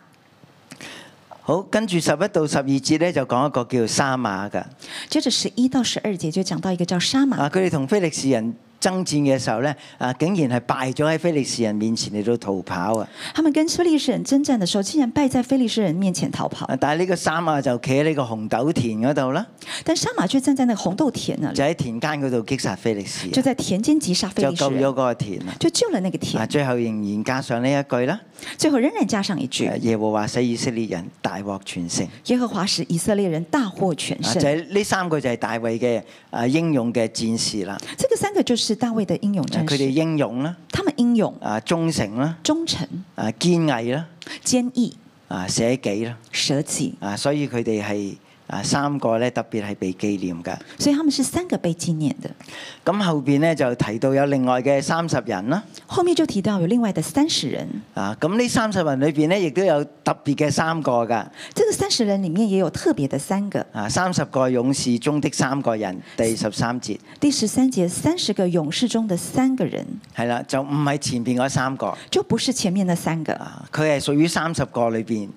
好，跟住十一到十二節咧，就講一個叫沙馬嘅。
接着十一到十二节就讲到一个叫沙玛，
啊，佢哋同非利士人爭戰嘅時候咧，啊，竟然係敗咗喺非利士人面前嚟到逃跑啊！
他们跟非利士人征战的时候，竟然败在非利士人面前逃跑。
啊但係呢個沙馬就企喺呢個紅豆田嗰度啦，
但沙玛却站在那个紅豆田那里
就，喺田間嗰度擊殺非利士人
就，在田间击杀非
就
利士
救咗
人
嗰，個田啊！
就救了那个田
啊，。最後仍然加上呢一句啦，
最后仍然加上一句
啊：耶和華使以色列人大獲全勝。
耶和華使以色列人大獲全
啊，就
勝。
係呢三個就係大衛嘅啊英勇嘅戰士啦，
這個三個就是大衛的英勇
啊
戰
佢哋
士，
英勇啦，
他們英勇、
啊忠誠啦，
忠誠、
啊堅毅啦，
堅毅、
啊捨己啦。
捨己，
啊，所以佢哋係啊三個咧，特別係被紀念嘅。
所以他們是三個被紀念的。
咁後邊咧就提到有另外嘅三十人啦。
後面就提到有另外的三十人，
啊，咁呢三十人裏邊咧，亦都有特別嘅三個㗎。
這個三十人裡面也有特別的三個。
啊，三十個勇士中的三個人，第十三節
第十三節，三十個勇士中的三個人，
係啦，就唔係前邊嗰三個。
就不是前面那三個，
啊，佢係屬於三十個裏邊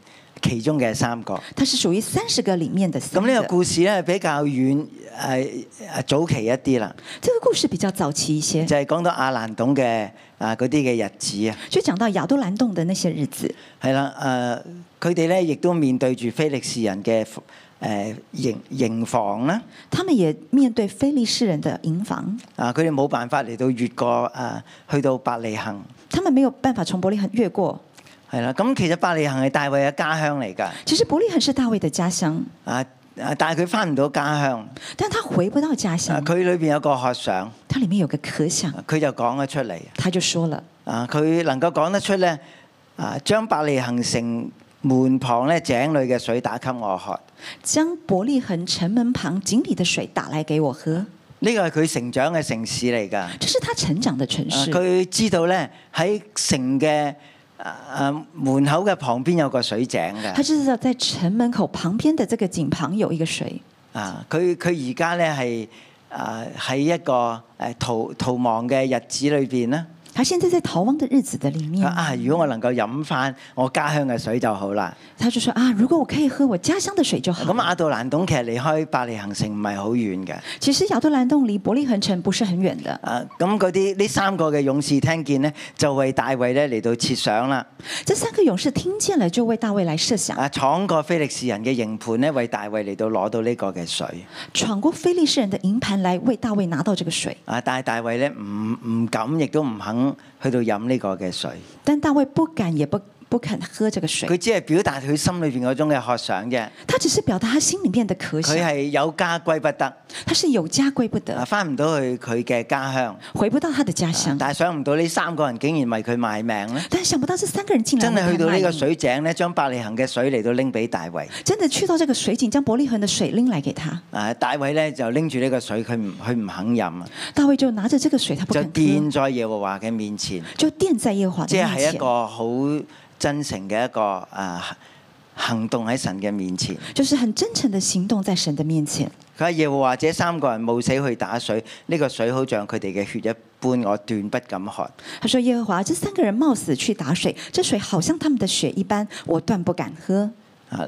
其中嘅三個。
他是屬於三十個裡面的三
咁呢個
個。
故事咧比較遠誒誒呃早期一啲啦，
這個故事比較早期一些，
就係、講到亞蘭洞嘅啊嗰啲嘅日子啊。
就講到亞都蘭洞的那些日子。
係啦，誒、佢哋咧亦都面對住非利士人嘅誒、呃營營房啦，
他們也面對非利士人的營房，
啊，佢哋冇辦法嚟到越過誒、啊去到伯利恆，
他們沒有辦法從伯利恒越過。
係啦，咁其實伯利恆係大衛嘅家鄉嚟㗎，
其實伯利恒是大衛的家鄉，
啊啊，但係佢翻唔到家鄉，
但他回不到家
啊，
鄉。
佢裏邊有個渴想，
他裡面有個可想，
佢就講咗出嚟，
他就說了，
啊，佢能夠講得出咧，啊，將伯利恆城門旁咧井裏嘅水打給我喝，
將伯利恒城門旁井裡的水打來給我喝。
呢個係佢成長嘅城市嚟㗎。
這是他成長的城
啊
市，
佢知道咧喺城嘅啊門口嘅旁邊有個水井
他
嘅，
知道在城門口旁邊的這個井旁有一個水。
啊佢佢而家咧係啊喺一個誒逃逃亡嘅日子裏邊咧，
他現在在逃亡的日子的裡
佢
面
話，啊如果我能夠飲翻我家鄉嘅水就好啦。
他就說啊，如果我可以喝我家鄉的水就好
咁
了。
亞杜蘭洞其實離開伯利恆城唔係好遠嘅。
其實亞都蘭洞離伯利恒城不是很遠的，
啊，咁嗰啲呢三個嘅勇士聽見呢，就為大衛咧嚟到設想啦。
這三個勇士聽見了，就為大衛來設想。
啊，闖過非利士人嘅營盤呢，為大衛嚟到攞到呢個嘅水。
闖過非利士人的營盤來為大衛拿到這個水，
啊！但係大衛咧唔唔敢，亦都唔肯去到飲呢個嘅水。
但大衛不敢也不不肯喝这个
佢
水，
只係表達佢心裏邊嗰種嘅渴想啫。
他只是表达他心里面的渴
佢
想，
係有家歸不得，
他是有家归不
啊，
得，
翻唔到去佢嘅家鄉。
回不到他的家乡。
但係想唔到呢三個人竟然為佢賣命咧，
但想不到这三个人竟然
真係
为
去
他
到呢
卖
個
命
水井咧，將伯利恒嘅水嚟到拎俾大衛。
真的去到这个水井，将伯利恒的水拎来给他。
啊，大衛咧就拎住呢個水，佢唔佢唔肯飲啊，
大卫就拿着这个水，他不
就
肯喝，
墊在耶和華嘅面前，
就垫在耶和华的
即
面
係一
前，
個好真誠嘅一個啊行動喺神嘅面前。
就是很真诚的行动在神的面前。
佢話耶和華這三個人冒死去打水，呢、個水好像佢哋嘅血一般，我斷不敢喝。
他说：“耶和华，这三个人冒死去打水，这水好像他们的血一般，我断不敢喝。
啊！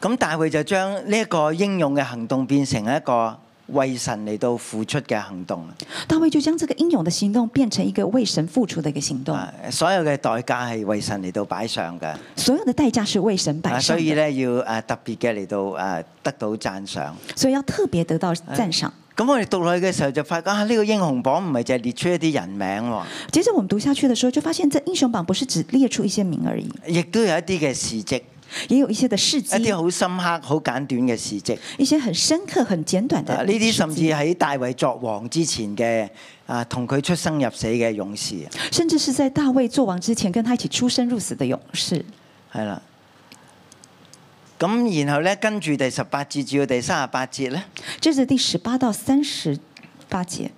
咁大衛就將呢一個英勇嘅行動變成一個為神嚟到付出嘅行動。”
大卫就将这个英勇的行动变成一个为神付出的一个行动，
啊，所有嘅代價係為神嚟到擺上嘅，
所有的代价是为神
啊
摆上
所以
的，
咧要誒特別嘅嚟到誒得到讚賞。
所以要特別得到赞赏。
咁我哋讀落去嘅時候就發覺啊，呢、個英雄榜唔係淨係列出一啲人名喎，
接着我们读下去的时候，就发现这英雄榜不是只列出一些名而已，
亦都有一啲嘅事蹟，
也有一些的事迹
一，啲好深刻、好簡短嘅事蹟。
一些很深刻、很简短的
啊！呢
事迹
啲甚至喺大衛作王之前嘅啊，同佢出生入死嘅勇士，啊
甚至是在大卫做王之前跟他一起出生入死的勇士。
係啦。咁然後咧，跟住第十八節至到第三十八節咧，
这是第十八到三十八节、
啊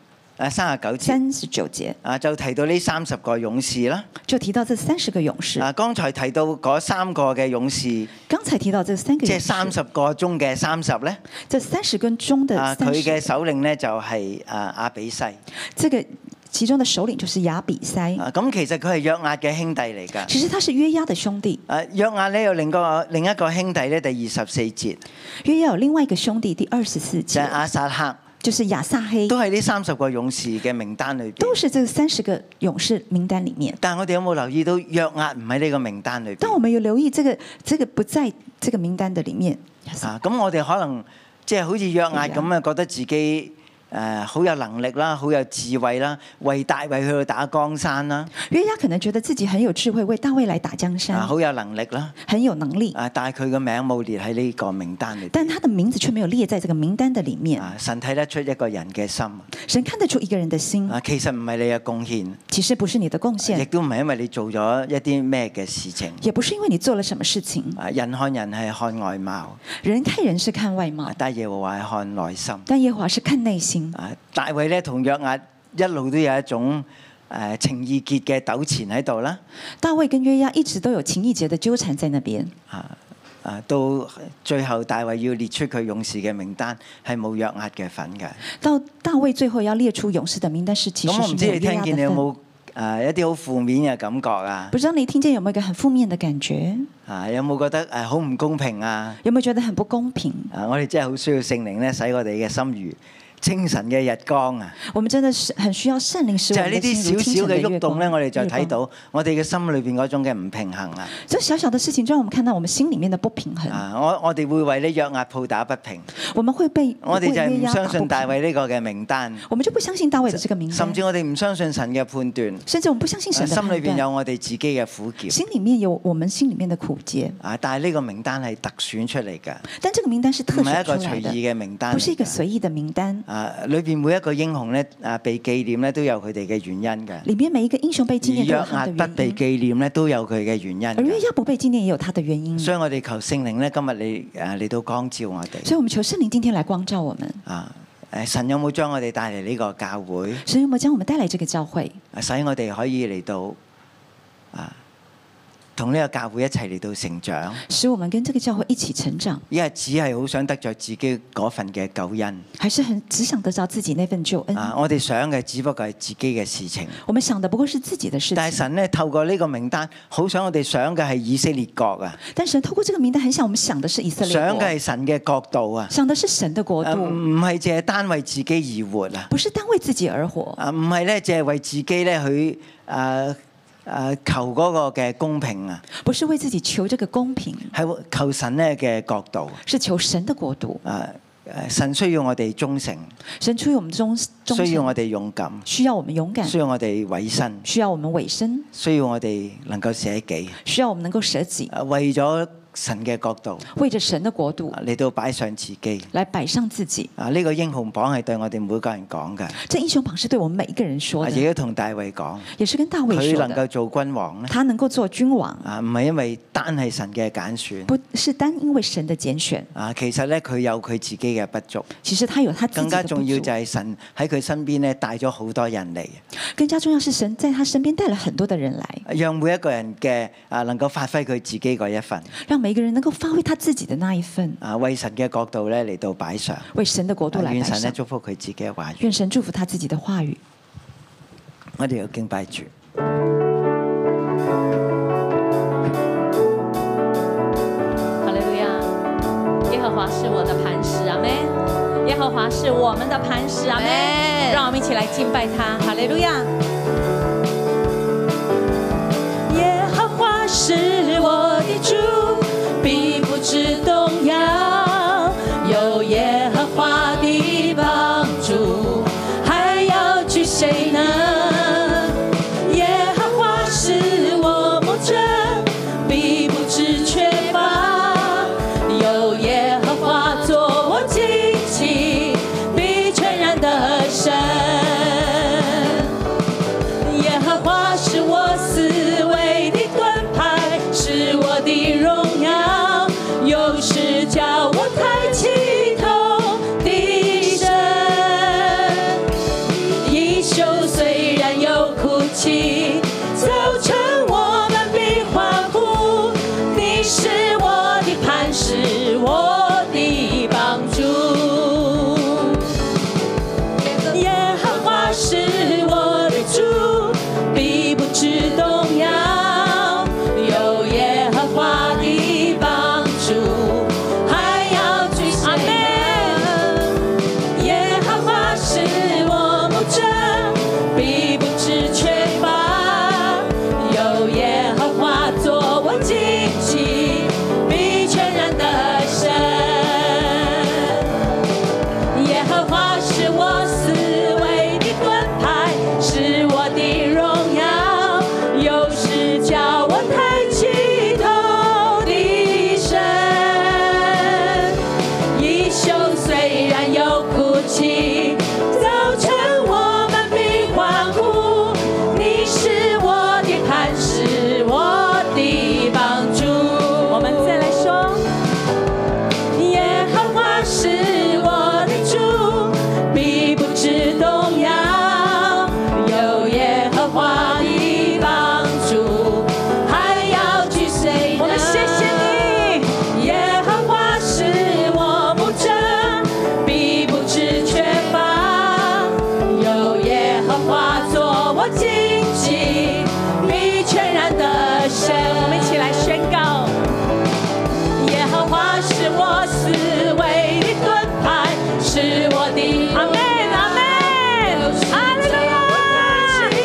三十九節
三十九节，
啊，就提到呢三十個勇士啦。
就提到这三十个勇士。
啊，剛才提到嗰三個嘅勇士，即
刚才提到这三个
係
勇士，
三十個中嘅三十咧，
这三十根中的
啊佢
三十、
嘅首領咧就係啊阿比西。啊
这个其中的首领就是亚比塞。
咁其實佢係約押嘅兄弟嚟㗎。
其实他是约押的兄弟，
啊約押咧有另個另一個兄弟咧，第二十四節
约押有另外一个兄弟，第二十四
就係
节
阿撒克。
就是亚撒黑，
都係呢三十個勇士嘅名單裏邊。
都是这三十个勇士名单里面。
但係我哋有冇留意到約押唔喺呢個名單裏
但我
邊？
们有留意这个这个不在这个名单的里面，
啊，咁我哋可能即係好似約押咁啊，覺得自己誒好、有能力啦，好有智慧啦，為大衛去到打江山啦，
约押可能觉得自己很有智慧，为大卫来打江
啊
山，
好有能力啦，
很有能力，
啊但係佢嘅名冇列喺呢個名單裏邊。
但他的名字却没有列在这个名单的里面。
啊！神睇得出一個人嘅心啊，
神看得出一个人的心，
其實唔係你嘅貢獻，
其实不是你的贡
亦
献，
都唔係因為你做咗一啲咩嘅事情。
也不是因为你做了什么事情。
啊，人看人係看外貌，
人看人是看外
啊
貌，
但係耶和華係看內心。
但耶和华是看内心。
啊，大衛咧同約押一路都有一種誒、呃情意結嘅糾纏喺度啦。
大卫跟约押一直都有情意结的纠缠在那边，
啊啊，到最後大衛要列出佢勇士嘅名單，係冇約押嘅份嘅。
到大卫最后要列出勇士的名单是其实
咁我
是
唔
没
知
有
你
约
聽
押
見你
的
有
份。
冇誒一啲好負面嘅感覺啊？
不知道你听见有没有一个很负面的感觉？
啊，有冇覺得誒好唔公平啊？
有没有觉得很不公平？
啊，我哋真係好需要聖靈咧，使我哋嘅心如清晨嘅日光啊！
我们真的是很需要聖靈使
就
我
係
们
呢
的
啲
心
少
如清晨
少
的
嘅
月
喐動咧，
光
我哋就睇。
月光
到我哋嘅心裏邊嗰種嘅唔平衡啊！
这小小的事情，就让我们看到我们心里面的不平衡。
啊，我我哋會為呢約押抱打不平。
我们会被
我哋就係
被
唔
約押
相
打不
信大
平
衛呢個嘅名單，
我们就不相信大卫的这个名
甚
单，
至我哋唔相信神嘅判斷，啊
甚至我们不相信神的
心裏
判
邊
断。
有我哋自己嘅苦澀。
心里面有我们心里面的苦结，
啊！但係呢個名單係特選出嚟嘅，
但这个名单是
唔
特
係
选
一
出
個隨
来
意
的，
嘅名單嚟㗎。
不是一个隨意的名单。
啊！裏邊每一個英雄咧啊，被紀念咧都有佢哋嘅原因嘅，
里面每一啊个英雄被纪
而
念都有他
約
的
押不
原
被
因，
紀念咧都有佢嘅原因
而约
嘅。
押不被纪念也有他的原因。所
所以我哋求聖靈咧，今日你誒嚟到光照我哋
以，我们求圣灵今天来光照我们，
啊！誒神有冇將我哋帶嚟呢個教會？啊
神有没有将我们带来这个教会，
使我哋可以嚟到啊，同呢個教會一齊嚟到成長。
使我们跟这个教会一起成长？
因為只係好想得着自己嗰份嘅救恩
还是很只想得到自己那份救恩。
啊！我哋想嘅只不過係自己嘅事情，
我们想的不过是自己的事
但係
情，
神咧透過呢個名單，好想我哋想嘅係以色列國啊，
但神透过这个名单，很想我们想的是以色列
想
国，
嘅係神嘅國度啊，
想的是神的国
啊
度，
唔係淨係單為自己而活啊，
不是单为自己而活，
啊唔係咧淨係為自己咧去啊啊求嗰個嘅公平啊，
不是为自己求这个公平，
係求神咧嘅國度
是求神的国度。
啊。誒神需要我哋忠誠，
神出于我们忠忠
需要
诚，
我哋勇敢，
需要我们勇敢，
需要我哋委身，
需要我们委身，
需要我哋能夠捨己，
需要我们能够舍己，
誒為咗神嘅角度
为着神的国度
啊嚟到擺上自己。
来摆上自己。
啊！呢、個英雄榜係對我哋每個人講嘅，
这英雄榜是对我们每一个人说
啊亦
的，
都同大衛講，
也是跟大卫
佢
说
能
的。
夠做君王咧，
他能够做君王，
啊唔係因為單係神嘅揀選，
不是单因为神的拣选，
啊其實咧佢有佢自己嘅不足，
其实他有他自己
更
的
加
不足。
重要就係神喺佢身邊咧帶咗好多人嚟，
更加重要是神在他身边带了很多的人来，
讓每一個人嘅啊能夠發揮佢自己嗰一份，
让每一个人能够发挥他自己的那一份，
啊為神嘅角度咧嚟到擺上，啊
为神的国度来
願
摆
神咧
上。
祝福佢自己嘅話語，
愿神祝福他自己的话语。
我哋要敬拜主。
哈利路亚！耶和华是我的磐石，阿门。耶和华是我们的磐石，阿门。让我们一起来敬拜他，哈利路亚。耶和华是我的主，必不知动摇。有耶和华的帮助，还要惧谁呢？耶和华是我牧者，必不知缺乏。有耶和华作我旌旗，必全然得胜。耶和华是我思维的盾牌，是我的荣耀，有时叫我抬起头的神。衣袖虽然有哭泣，早晨我们必欢呼。你是我的磐石，我的帮助。耶和华是我的主，必不知动摇。有耶和华的帮助，还要惧谁呢？耶和华是我牧者，必不知缺乏。有耶和华作我旌旗，必全然得胜。耶和华是我思维的盾牌，是我的荣耀，有时叫我抬起头的神。衣袖虽然有哭泣，早晨我们必欢呼。你是我的磐石，我的帮助。我们再来说。耶和华是我的主，必不知动摇。有耶和华的帮助，还要惧谁呢？我们谢谢你，耶和华是我牧者，必不知缺乏。有耶和华作我荆棘，必全然得胜。我们一起来宣告。耶和华是我思维的盾牌，是我的阿门阿门，阿利路亚。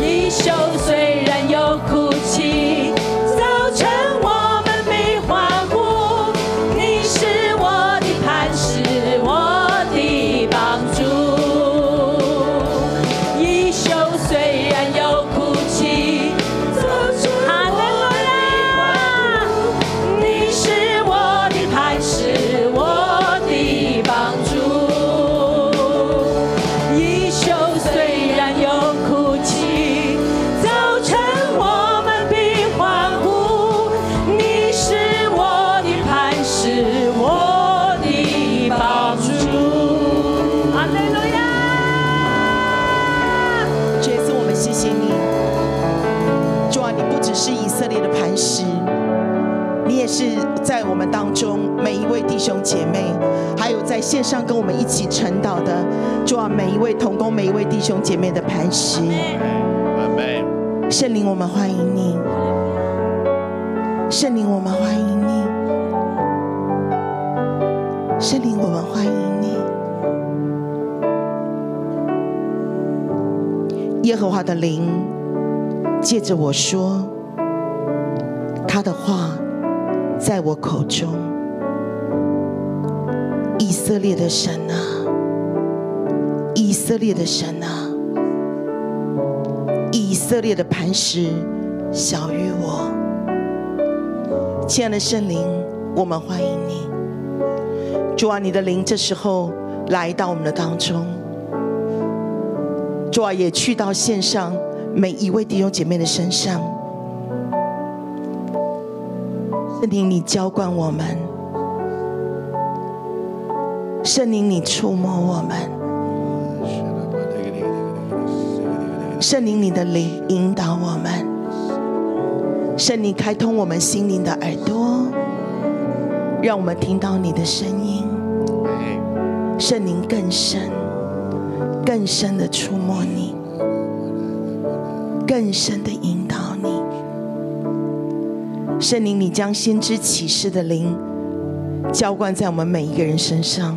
衣袖虽然有哭泣，早晨我们必欢呼。你是我的磐石，我的帮助。衣袖虽然有哭泣，早晨我们必欢呼。你是我的磐石，我的帮助。衣袖虽然有哭泣，早晨我们必欢呼。你是我的磐石，我的帮助。阿门，路亚。
这次我们谢谢你，主啊，你不只是以色列的磐石，你也是在我们当中每一位弟兄姐妹，还有在线上跟我们一起晨祷的，主啊，每一位同工、每一位弟兄姐妹的磐石。圣灵，我们欢迎你。圣灵，我们欢迎你。圣灵，我们欢迎你。耶和华的灵借着我说，他的话在在我口中。以色列的神啊，以色列的神啊，以色列的磐石小于我。亲爱的圣灵，我们欢迎你。主啊，你的灵这时候来到我们的当中。主啊，也去到线上每一位弟兄姐妹的身上。圣灵，你浇灌我们；圣灵，你触摸我们；圣灵，你的灵引导我们；圣灵开通我们心灵的耳朵，让我们听到你的声音。圣灵更深。更深的触摸你，更深的引导你。圣灵，你将先知启示的灵浇灌在我们每一个人身上。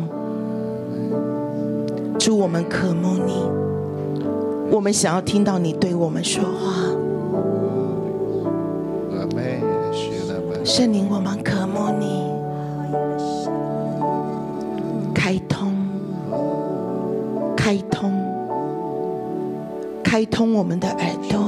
主，我们渴慕你，我们想要听到你对我们说话。圣灵，我们渴慕你，开通。开通，开通我们的耳朵，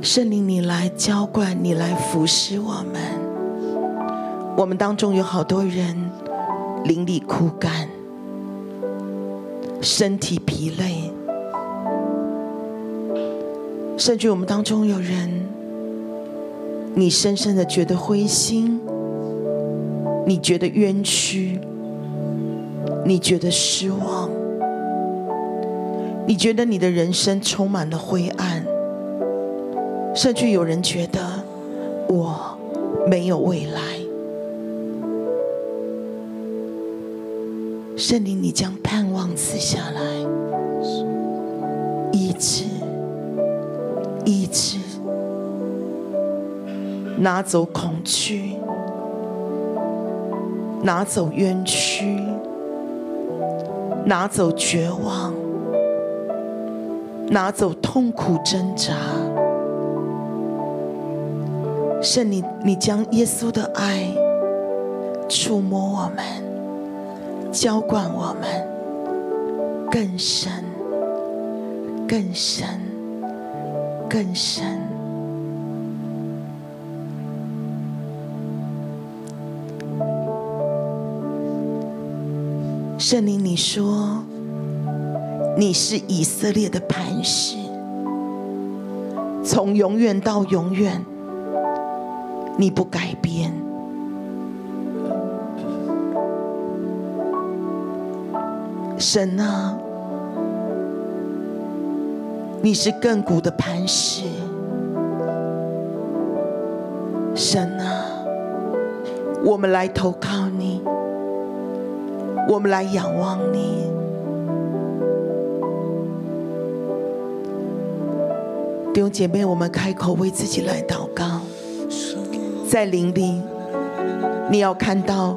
圣灵，你来浇灌，你来服侍我们。我们当中有好多人邻里枯干，身体疲累，甚至我们当中有人，你深深的觉得灰心，你觉得冤屈，你觉得失望，你觉得你的人生充满了灰暗。甚至有人觉得我没有未来。圣灵，你将盼望赐下来，医治，医治，拿走恐惧，拿走冤屈，拿走绝望，拿走痛苦挣扎。圣灵，你将耶稣的爱触摸我们，浇灌我们，更深、更深、更深。圣灵，你说你是以色列的磐石，从永远到永远。你不改变。神啊，你是亘古的磐石。神啊，我们来投靠你，我们来仰望你。弟兄姐妹，我们开口为自己来祷告。在林里，你要看到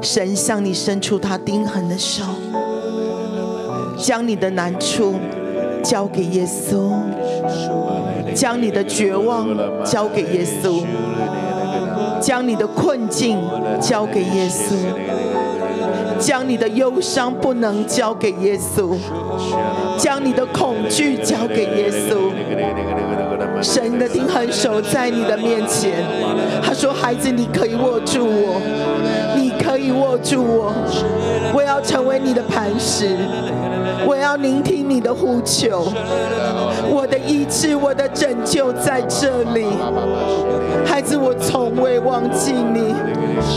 神向你伸出他钉痕的手，将你的难处交给耶稣，将你的绝望交给耶稣，将你的困境交给耶稣，将你的忧伤不能交给耶稣，将你的恐惧交给耶稣。神的钉痕手在你的面前，他说：“孩子，你可以握住我，你可以握住我，我要成为你的磐石，我要聆听你的呼求，我的医治，我的拯救在这里。孩子，我从未忘记你，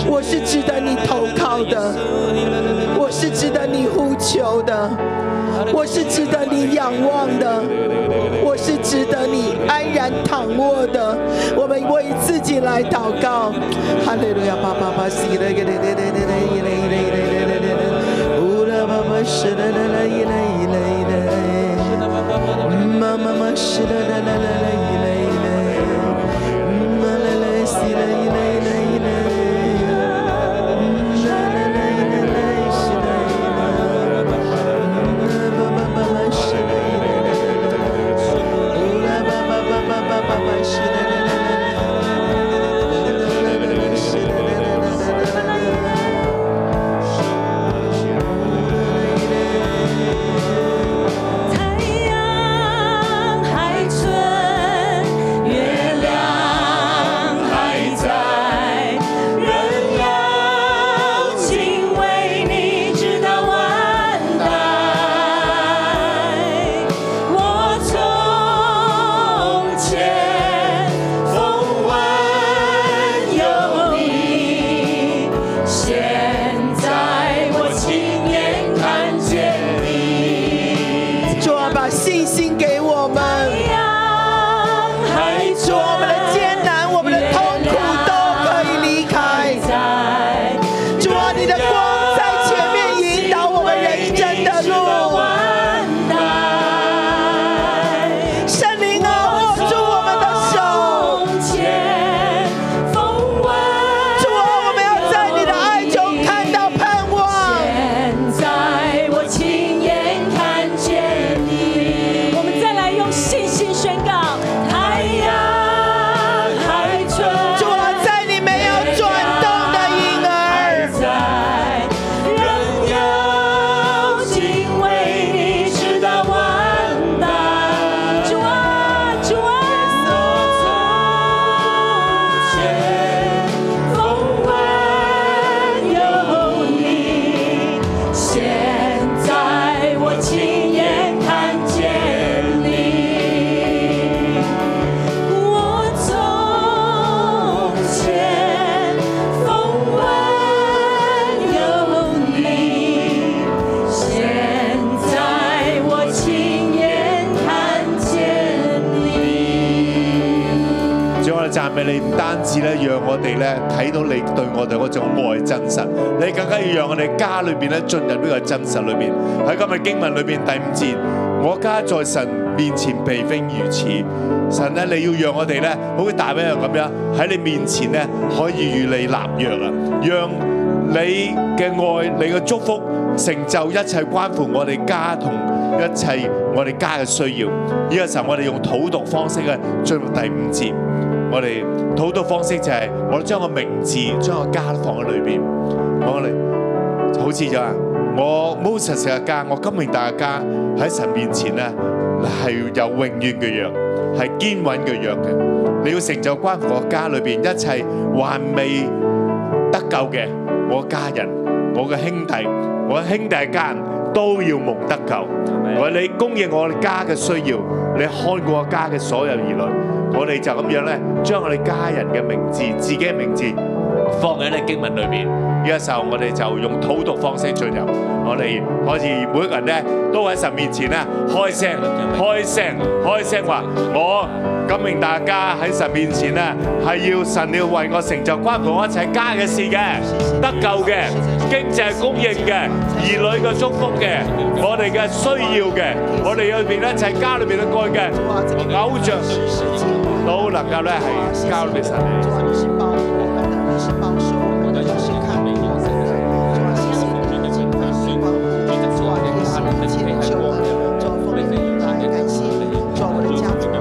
我是值得你投靠的，我是值得你呼求的，我是值得你仰望的。”我是值得你安然躺卧的。我们为自己来祷告，哈利路亚！巴巴巴西勒给勒勒勒勒勒勒勒勒勒勒，乌勒巴巴是勒勒勒勒勒勒，妈妈妈是勒勒勒勒勒勒勒，妈勒勒西勒勒勒勒，妈勒勒勒勒是勒勒。
太阳还存，月亮还在，人要敬畏你直到万代。我从前风闻有你，现在我亲眼看见你。
主啊，把信心给我们，
还
主，我们的艰难，我们的痛苦都可以离开。
在，
主啊，你的光在前面引导我们人生的路。
万代。
圣灵啊，握住我们的手，
从前风闻
主啊，我们要在你的爱中看到盼望。
现在我亲眼看见你。我们再来用信心宣告：太阳还存，
主啊，在你没有转动的婴儿，
在，仍要敬畏你直到万代。主啊，主啊，从前风闻有你，现在我亲眼看见你。我从前风闻有你，现在我亲眼看见你。
主，我哋讚美你，唔單止咧，讓我哋咧睇到你對我哋嗰種愛真實，你更加要讓我哋家裏邊咧進入呢個真實裏邊。喺今日經文裏邊第五節，我家在神面前被非如此。神咧，你要讓我哋咧，好似大衛一樣咁樣喺你面前咧，可以與你立約啊，讓你嘅愛、你嘅祝福成就一切關乎我哋家同。一切我哋家嘅需要。呢、個時候我哋用土讀方式咧進入第五節。我哋土讀方式就係我哋將個名字、將個家放喺裏邊。我哋好似就話我 Moses 嘅家，我金明大嘅家喺神面前咧係有永遠嘅約，係堅穩嘅約嘅。你要成就關乎我家裏邊一切還未得救嘅我家人、我嘅兄弟、我兄弟嘅家人都要蒙得救。我你供應我哋家嘅需要，你看顧我家嘅所有兒女，我哋就咁樣咧，將我哋家人嘅名字、自己嘅名字放喺你經文裏邊。呢個時候我哋就用土讀方式進入，我哋開始每個人咧都喺神面前咧開聲、開聲、開聲話我。感明大家喺神面前咧，係要神要為我成就關乎我一切家嘅事嘅，得救嘅、經濟供應嘅、兒女嘅祝福嘅、我哋嘅需要嘅、我哋裏邊一切家裏邊嘅愛嘅偶像，都能夠咧係交俾神。
主啊，你是保护我们的，你是保守我们的，你是看顾我们的。主啊，谢谢你的恩典与光顾。主啊，你是一切的救恩。主啊，奉你的名来感谢你。主啊，我的家族，主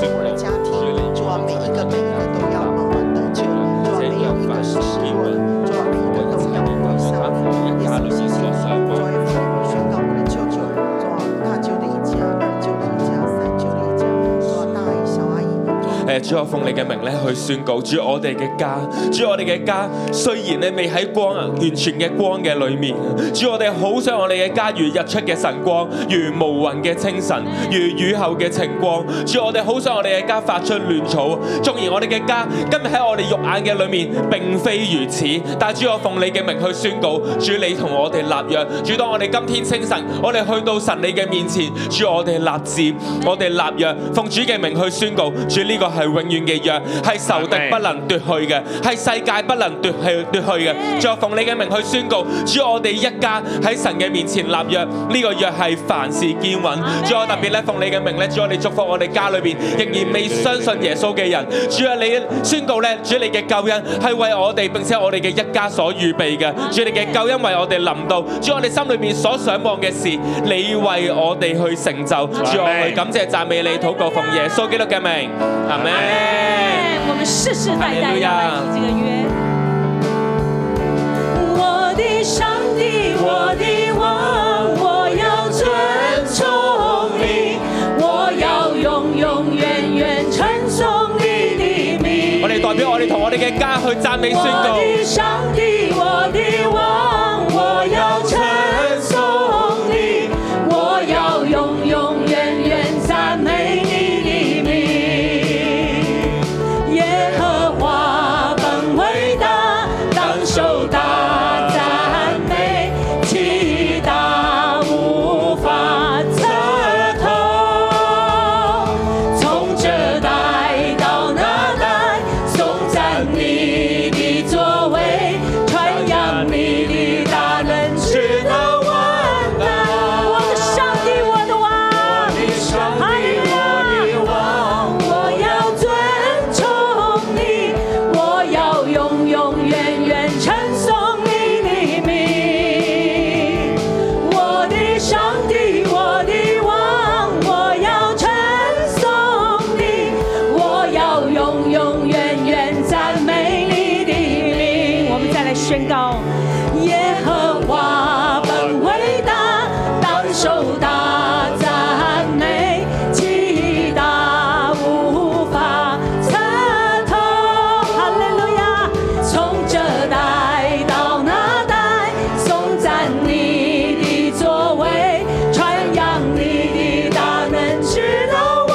是我的家庭。主啊，每一个每一个都要蒙恩得救。主啊，没有一个是失落的。主啊，每一个都要归向你。耶稣基督，主啊，奉我宣告我的舅舅，主啊，大舅的一家，二舅的一家，三舅的一家，主啊，大姨小阿姨。
誒，主我奉你嘅名咧去宣告，主我哋嘅家，主我哋嘅家雖然咧未喺光啊完全嘅光嘅裏面，主啊我哋好想我哋嘅家如日出嘅晨光，如無雲嘅清晨，如雨後嘅晴光，主啊我哋好想我哋嘅家發出嫩草，縱然我哋嘅家今日喺我哋肉眼嘅裏面並非如此，但主我奉你嘅名去宣告，主你同我哋立約，主當我哋今天清晨，我哋去到神你嘅面前，主啊我哋立志，我哋立約，奉主嘅名去宣告，主呢個係永遠嘅約，係仇敵不能奪去嘅，係世界不能奪去奪去嘅。主我奉你嘅名去宣告，主我哋一家喺神嘅面前立約，呢、個約係凡事堅穩。主我特別咧奉你嘅名咧，主我哋祝福我哋家裏邊仍然未相信耶穌嘅人，主啊你宣告咧，主你嘅救恩係為我哋並且我哋嘅一家所預備嘅，主你嘅救恩為我哋臨到，主我哋心裏面所想望嘅事，你為我哋去成就，主我去感謝讚美你，禱告奉耶穌基督嘅名，阿門。
我们世世代代要来立这个约。我的上帝，我的王，我要尊崇你，我要永永远远称颂你的名。
我哋代表我哋同我哋嘅家去讚美宣告
我。的上帝，我的王，我要称颂你，我要永永远远赞美你的名。耶和华本伟大，当受大赞美，其大无法测透。从这代到那代，颂赞你的作为，传扬你的大能，直到万代。我的上帝，我的王，我的上帝，我的王，我要尊崇你，我要永永远远称颂你的名。我的上帝，我的王，我要称颂你，我要永永远远赞美你的名。我们再来宣告：耶和华本伟大，当受大赞美，其大无法测透。哈利路亚！从这代到那代，颂赞你的作为，传扬你的大能，直到万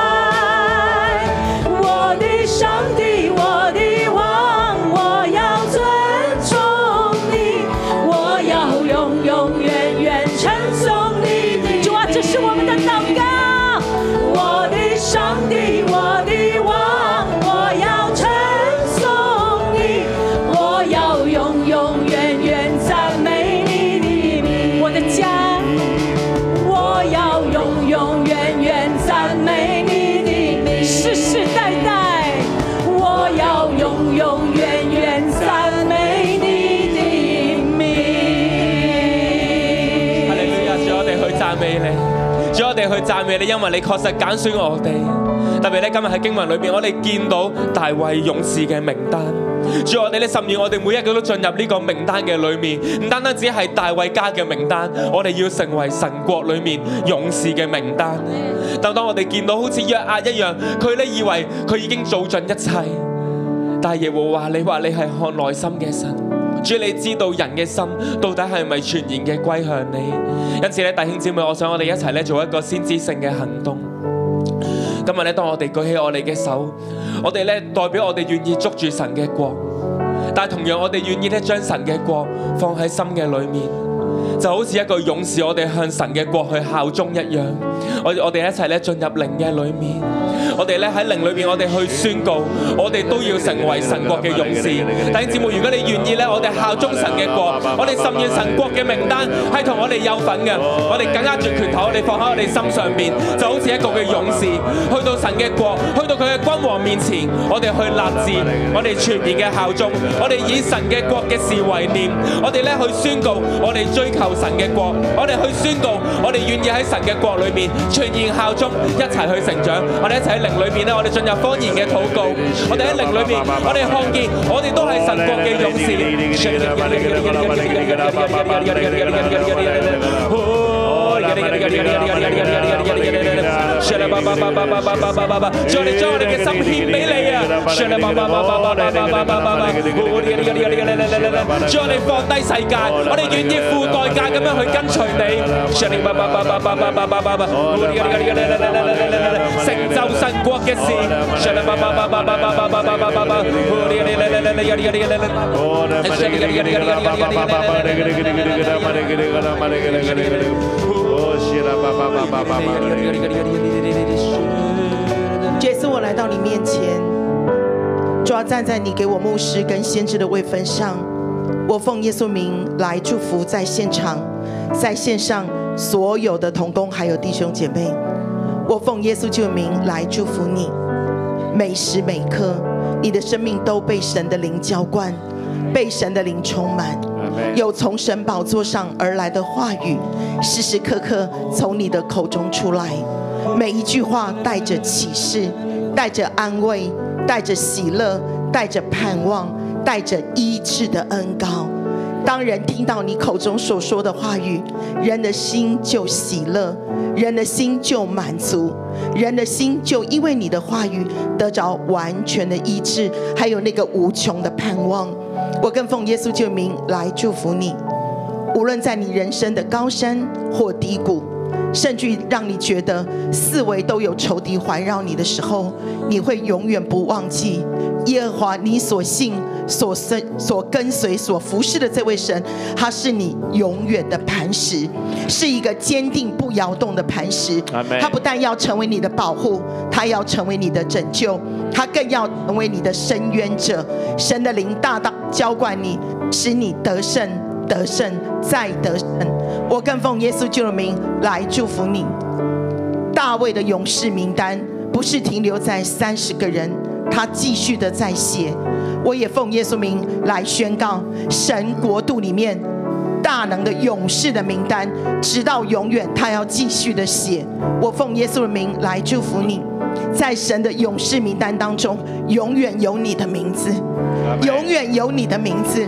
代。我的上帝，我的王，我要尊崇你，我要永永远远称颂你。主啊，这是我们的祷告。我的上帝，我的王，我要称颂你，我要永永远远赞美你的名。我的家，我要永永远远赞美你的名，世世代代，我要永永远远赞美你的名。
哈利路亞！主我哋去讚美你，主我哋去讚美你，因為你確實揀選我哋。特別咧，今日喺經文裏面，我哋見到大衛勇士嘅名單。主我哋咧，甚至我哋每一個都進入呢個名單嘅裏面，唔單單只係大衛家嘅名單，我哋要成為神國裏面勇士嘅名單。但當我哋見到好似約押一樣，佢咧以為佢已經做盡一切。但耶和華你話你係看內心嘅神，主你知道人嘅心到底係咪全然嘅歸向你，因此咧弟兄姊妹，我想我哋一齊咧做一個先知性嘅行動。今日咧，當我哋舉起我哋嘅手，我哋咧代表我哋願意捉住神嘅國，但同樣我哋願意咧將神嘅國放喺心嘅裏面。就好似一個勇士，我哋向神嘅國去效忠一樣。我我哋一齊咧進入靈嘅裏面，我哋咧喺靈裏面，我哋去宣告，我哋都要成為神國嘅勇士。弟兄姊妹，如果你願意咧，我哋效忠神嘅國，我哋甚願神國嘅名單係同我哋有份嘅，我哋緊握住拳頭，我哋放喺我哋心上面，就好似一個嘅勇士，去到神嘅國，去到佢嘅君王面前，我哋去立志，我哋全然嘅效忠，我哋以神嘅國嘅事為念，我哋咧去宣告，我哋追求神嘅國，我哋去宣告，我哋願意喺神嘅國裏面全然效忠，一齊去成長，我哋一齊喺靈裏面咧，我哋進入方言嘅禱告，我哋喺靈裏面，我哋看見，我哋都係神國嘅勇士。主啊，你將我哋嘅心獻俾你啊！主啊，主啊，你放低世界，我哋願意付代價咁樣去跟隨你。主啊，成就神國嘅事。主啊，
这次我来到你面前，就要站在你给我牧师跟先知的位分上。我奉耶稣名来祝福在现场、在线上所有的同工还有弟兄姐妹。我奉耶稣基督的名来祝福你，每时每刻，你的生命都被神的灵浇灌，被神的灵充满。有从神宝座上而来的话语，时时刻刻从你的口中出来，每一句话带着启示，带着安慰，带着喜乐，带着盼望，带着医治的恩膏。当人听到你口中所说的话语，人的心就喜乐，人的心就满足，人的心就因为你的话语得着完全的医治，还有那个无穷的盼望。我更奉耶稣救名来祝福你，无论在你人生的高山或低谷，甚至让你觉得四围都有仇敌环绕你的时候，你会永远不忘记耶和华你所信、所生、所跟随、所服侍的这位神，他是你永远的磐石，是一个坚定不摇动的磐石。
Amen
他不但要成为你的保护，他要成为你的拯救，他更要成为你的伸冤者。神的灵大大浇灌你，使你得胜、得胜再得胜。我更奉耶稣基督的名来祝福你。大卫的勇士名单不是停留在三十个人，他继续的在写。我也奉耶稣名来宣告，神国度里面大能的勇士的名单，直到永远，他要继续的写。我奉耶稣的名来祝福你，在神的勇士名单当中，永远有你的名字。永远有你的名字。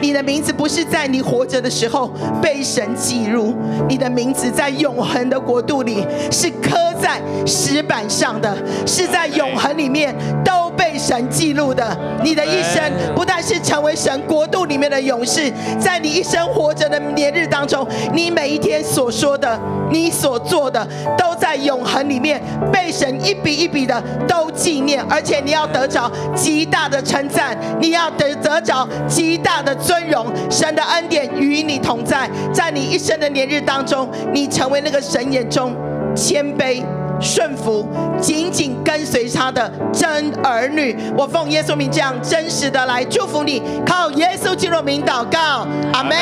你的名字不是在你活着的时候被神记录，你的名字在永恒的国度里是刻在石板上的，是在永恒里面都被神记录的。你的一生不但是成为神国度里面的勇士，在你一生活着的年日当中，你每一天所说的、你所做的，都在永恒里面被神一笔一笔的都纪念，而且你要得着极大的称赞，你要得得着极大的尊荣。神的恩典与你同在，在你一生的年日当中，你成为那个神眼中谦卑。顺服，紧紧跟随他的真儿女。我奉耶稣名这样真实的来祝福你，靠耶稣基督的名祷告，阿门。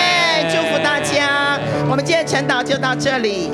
祝福大家，我们今天晨祷就到这里。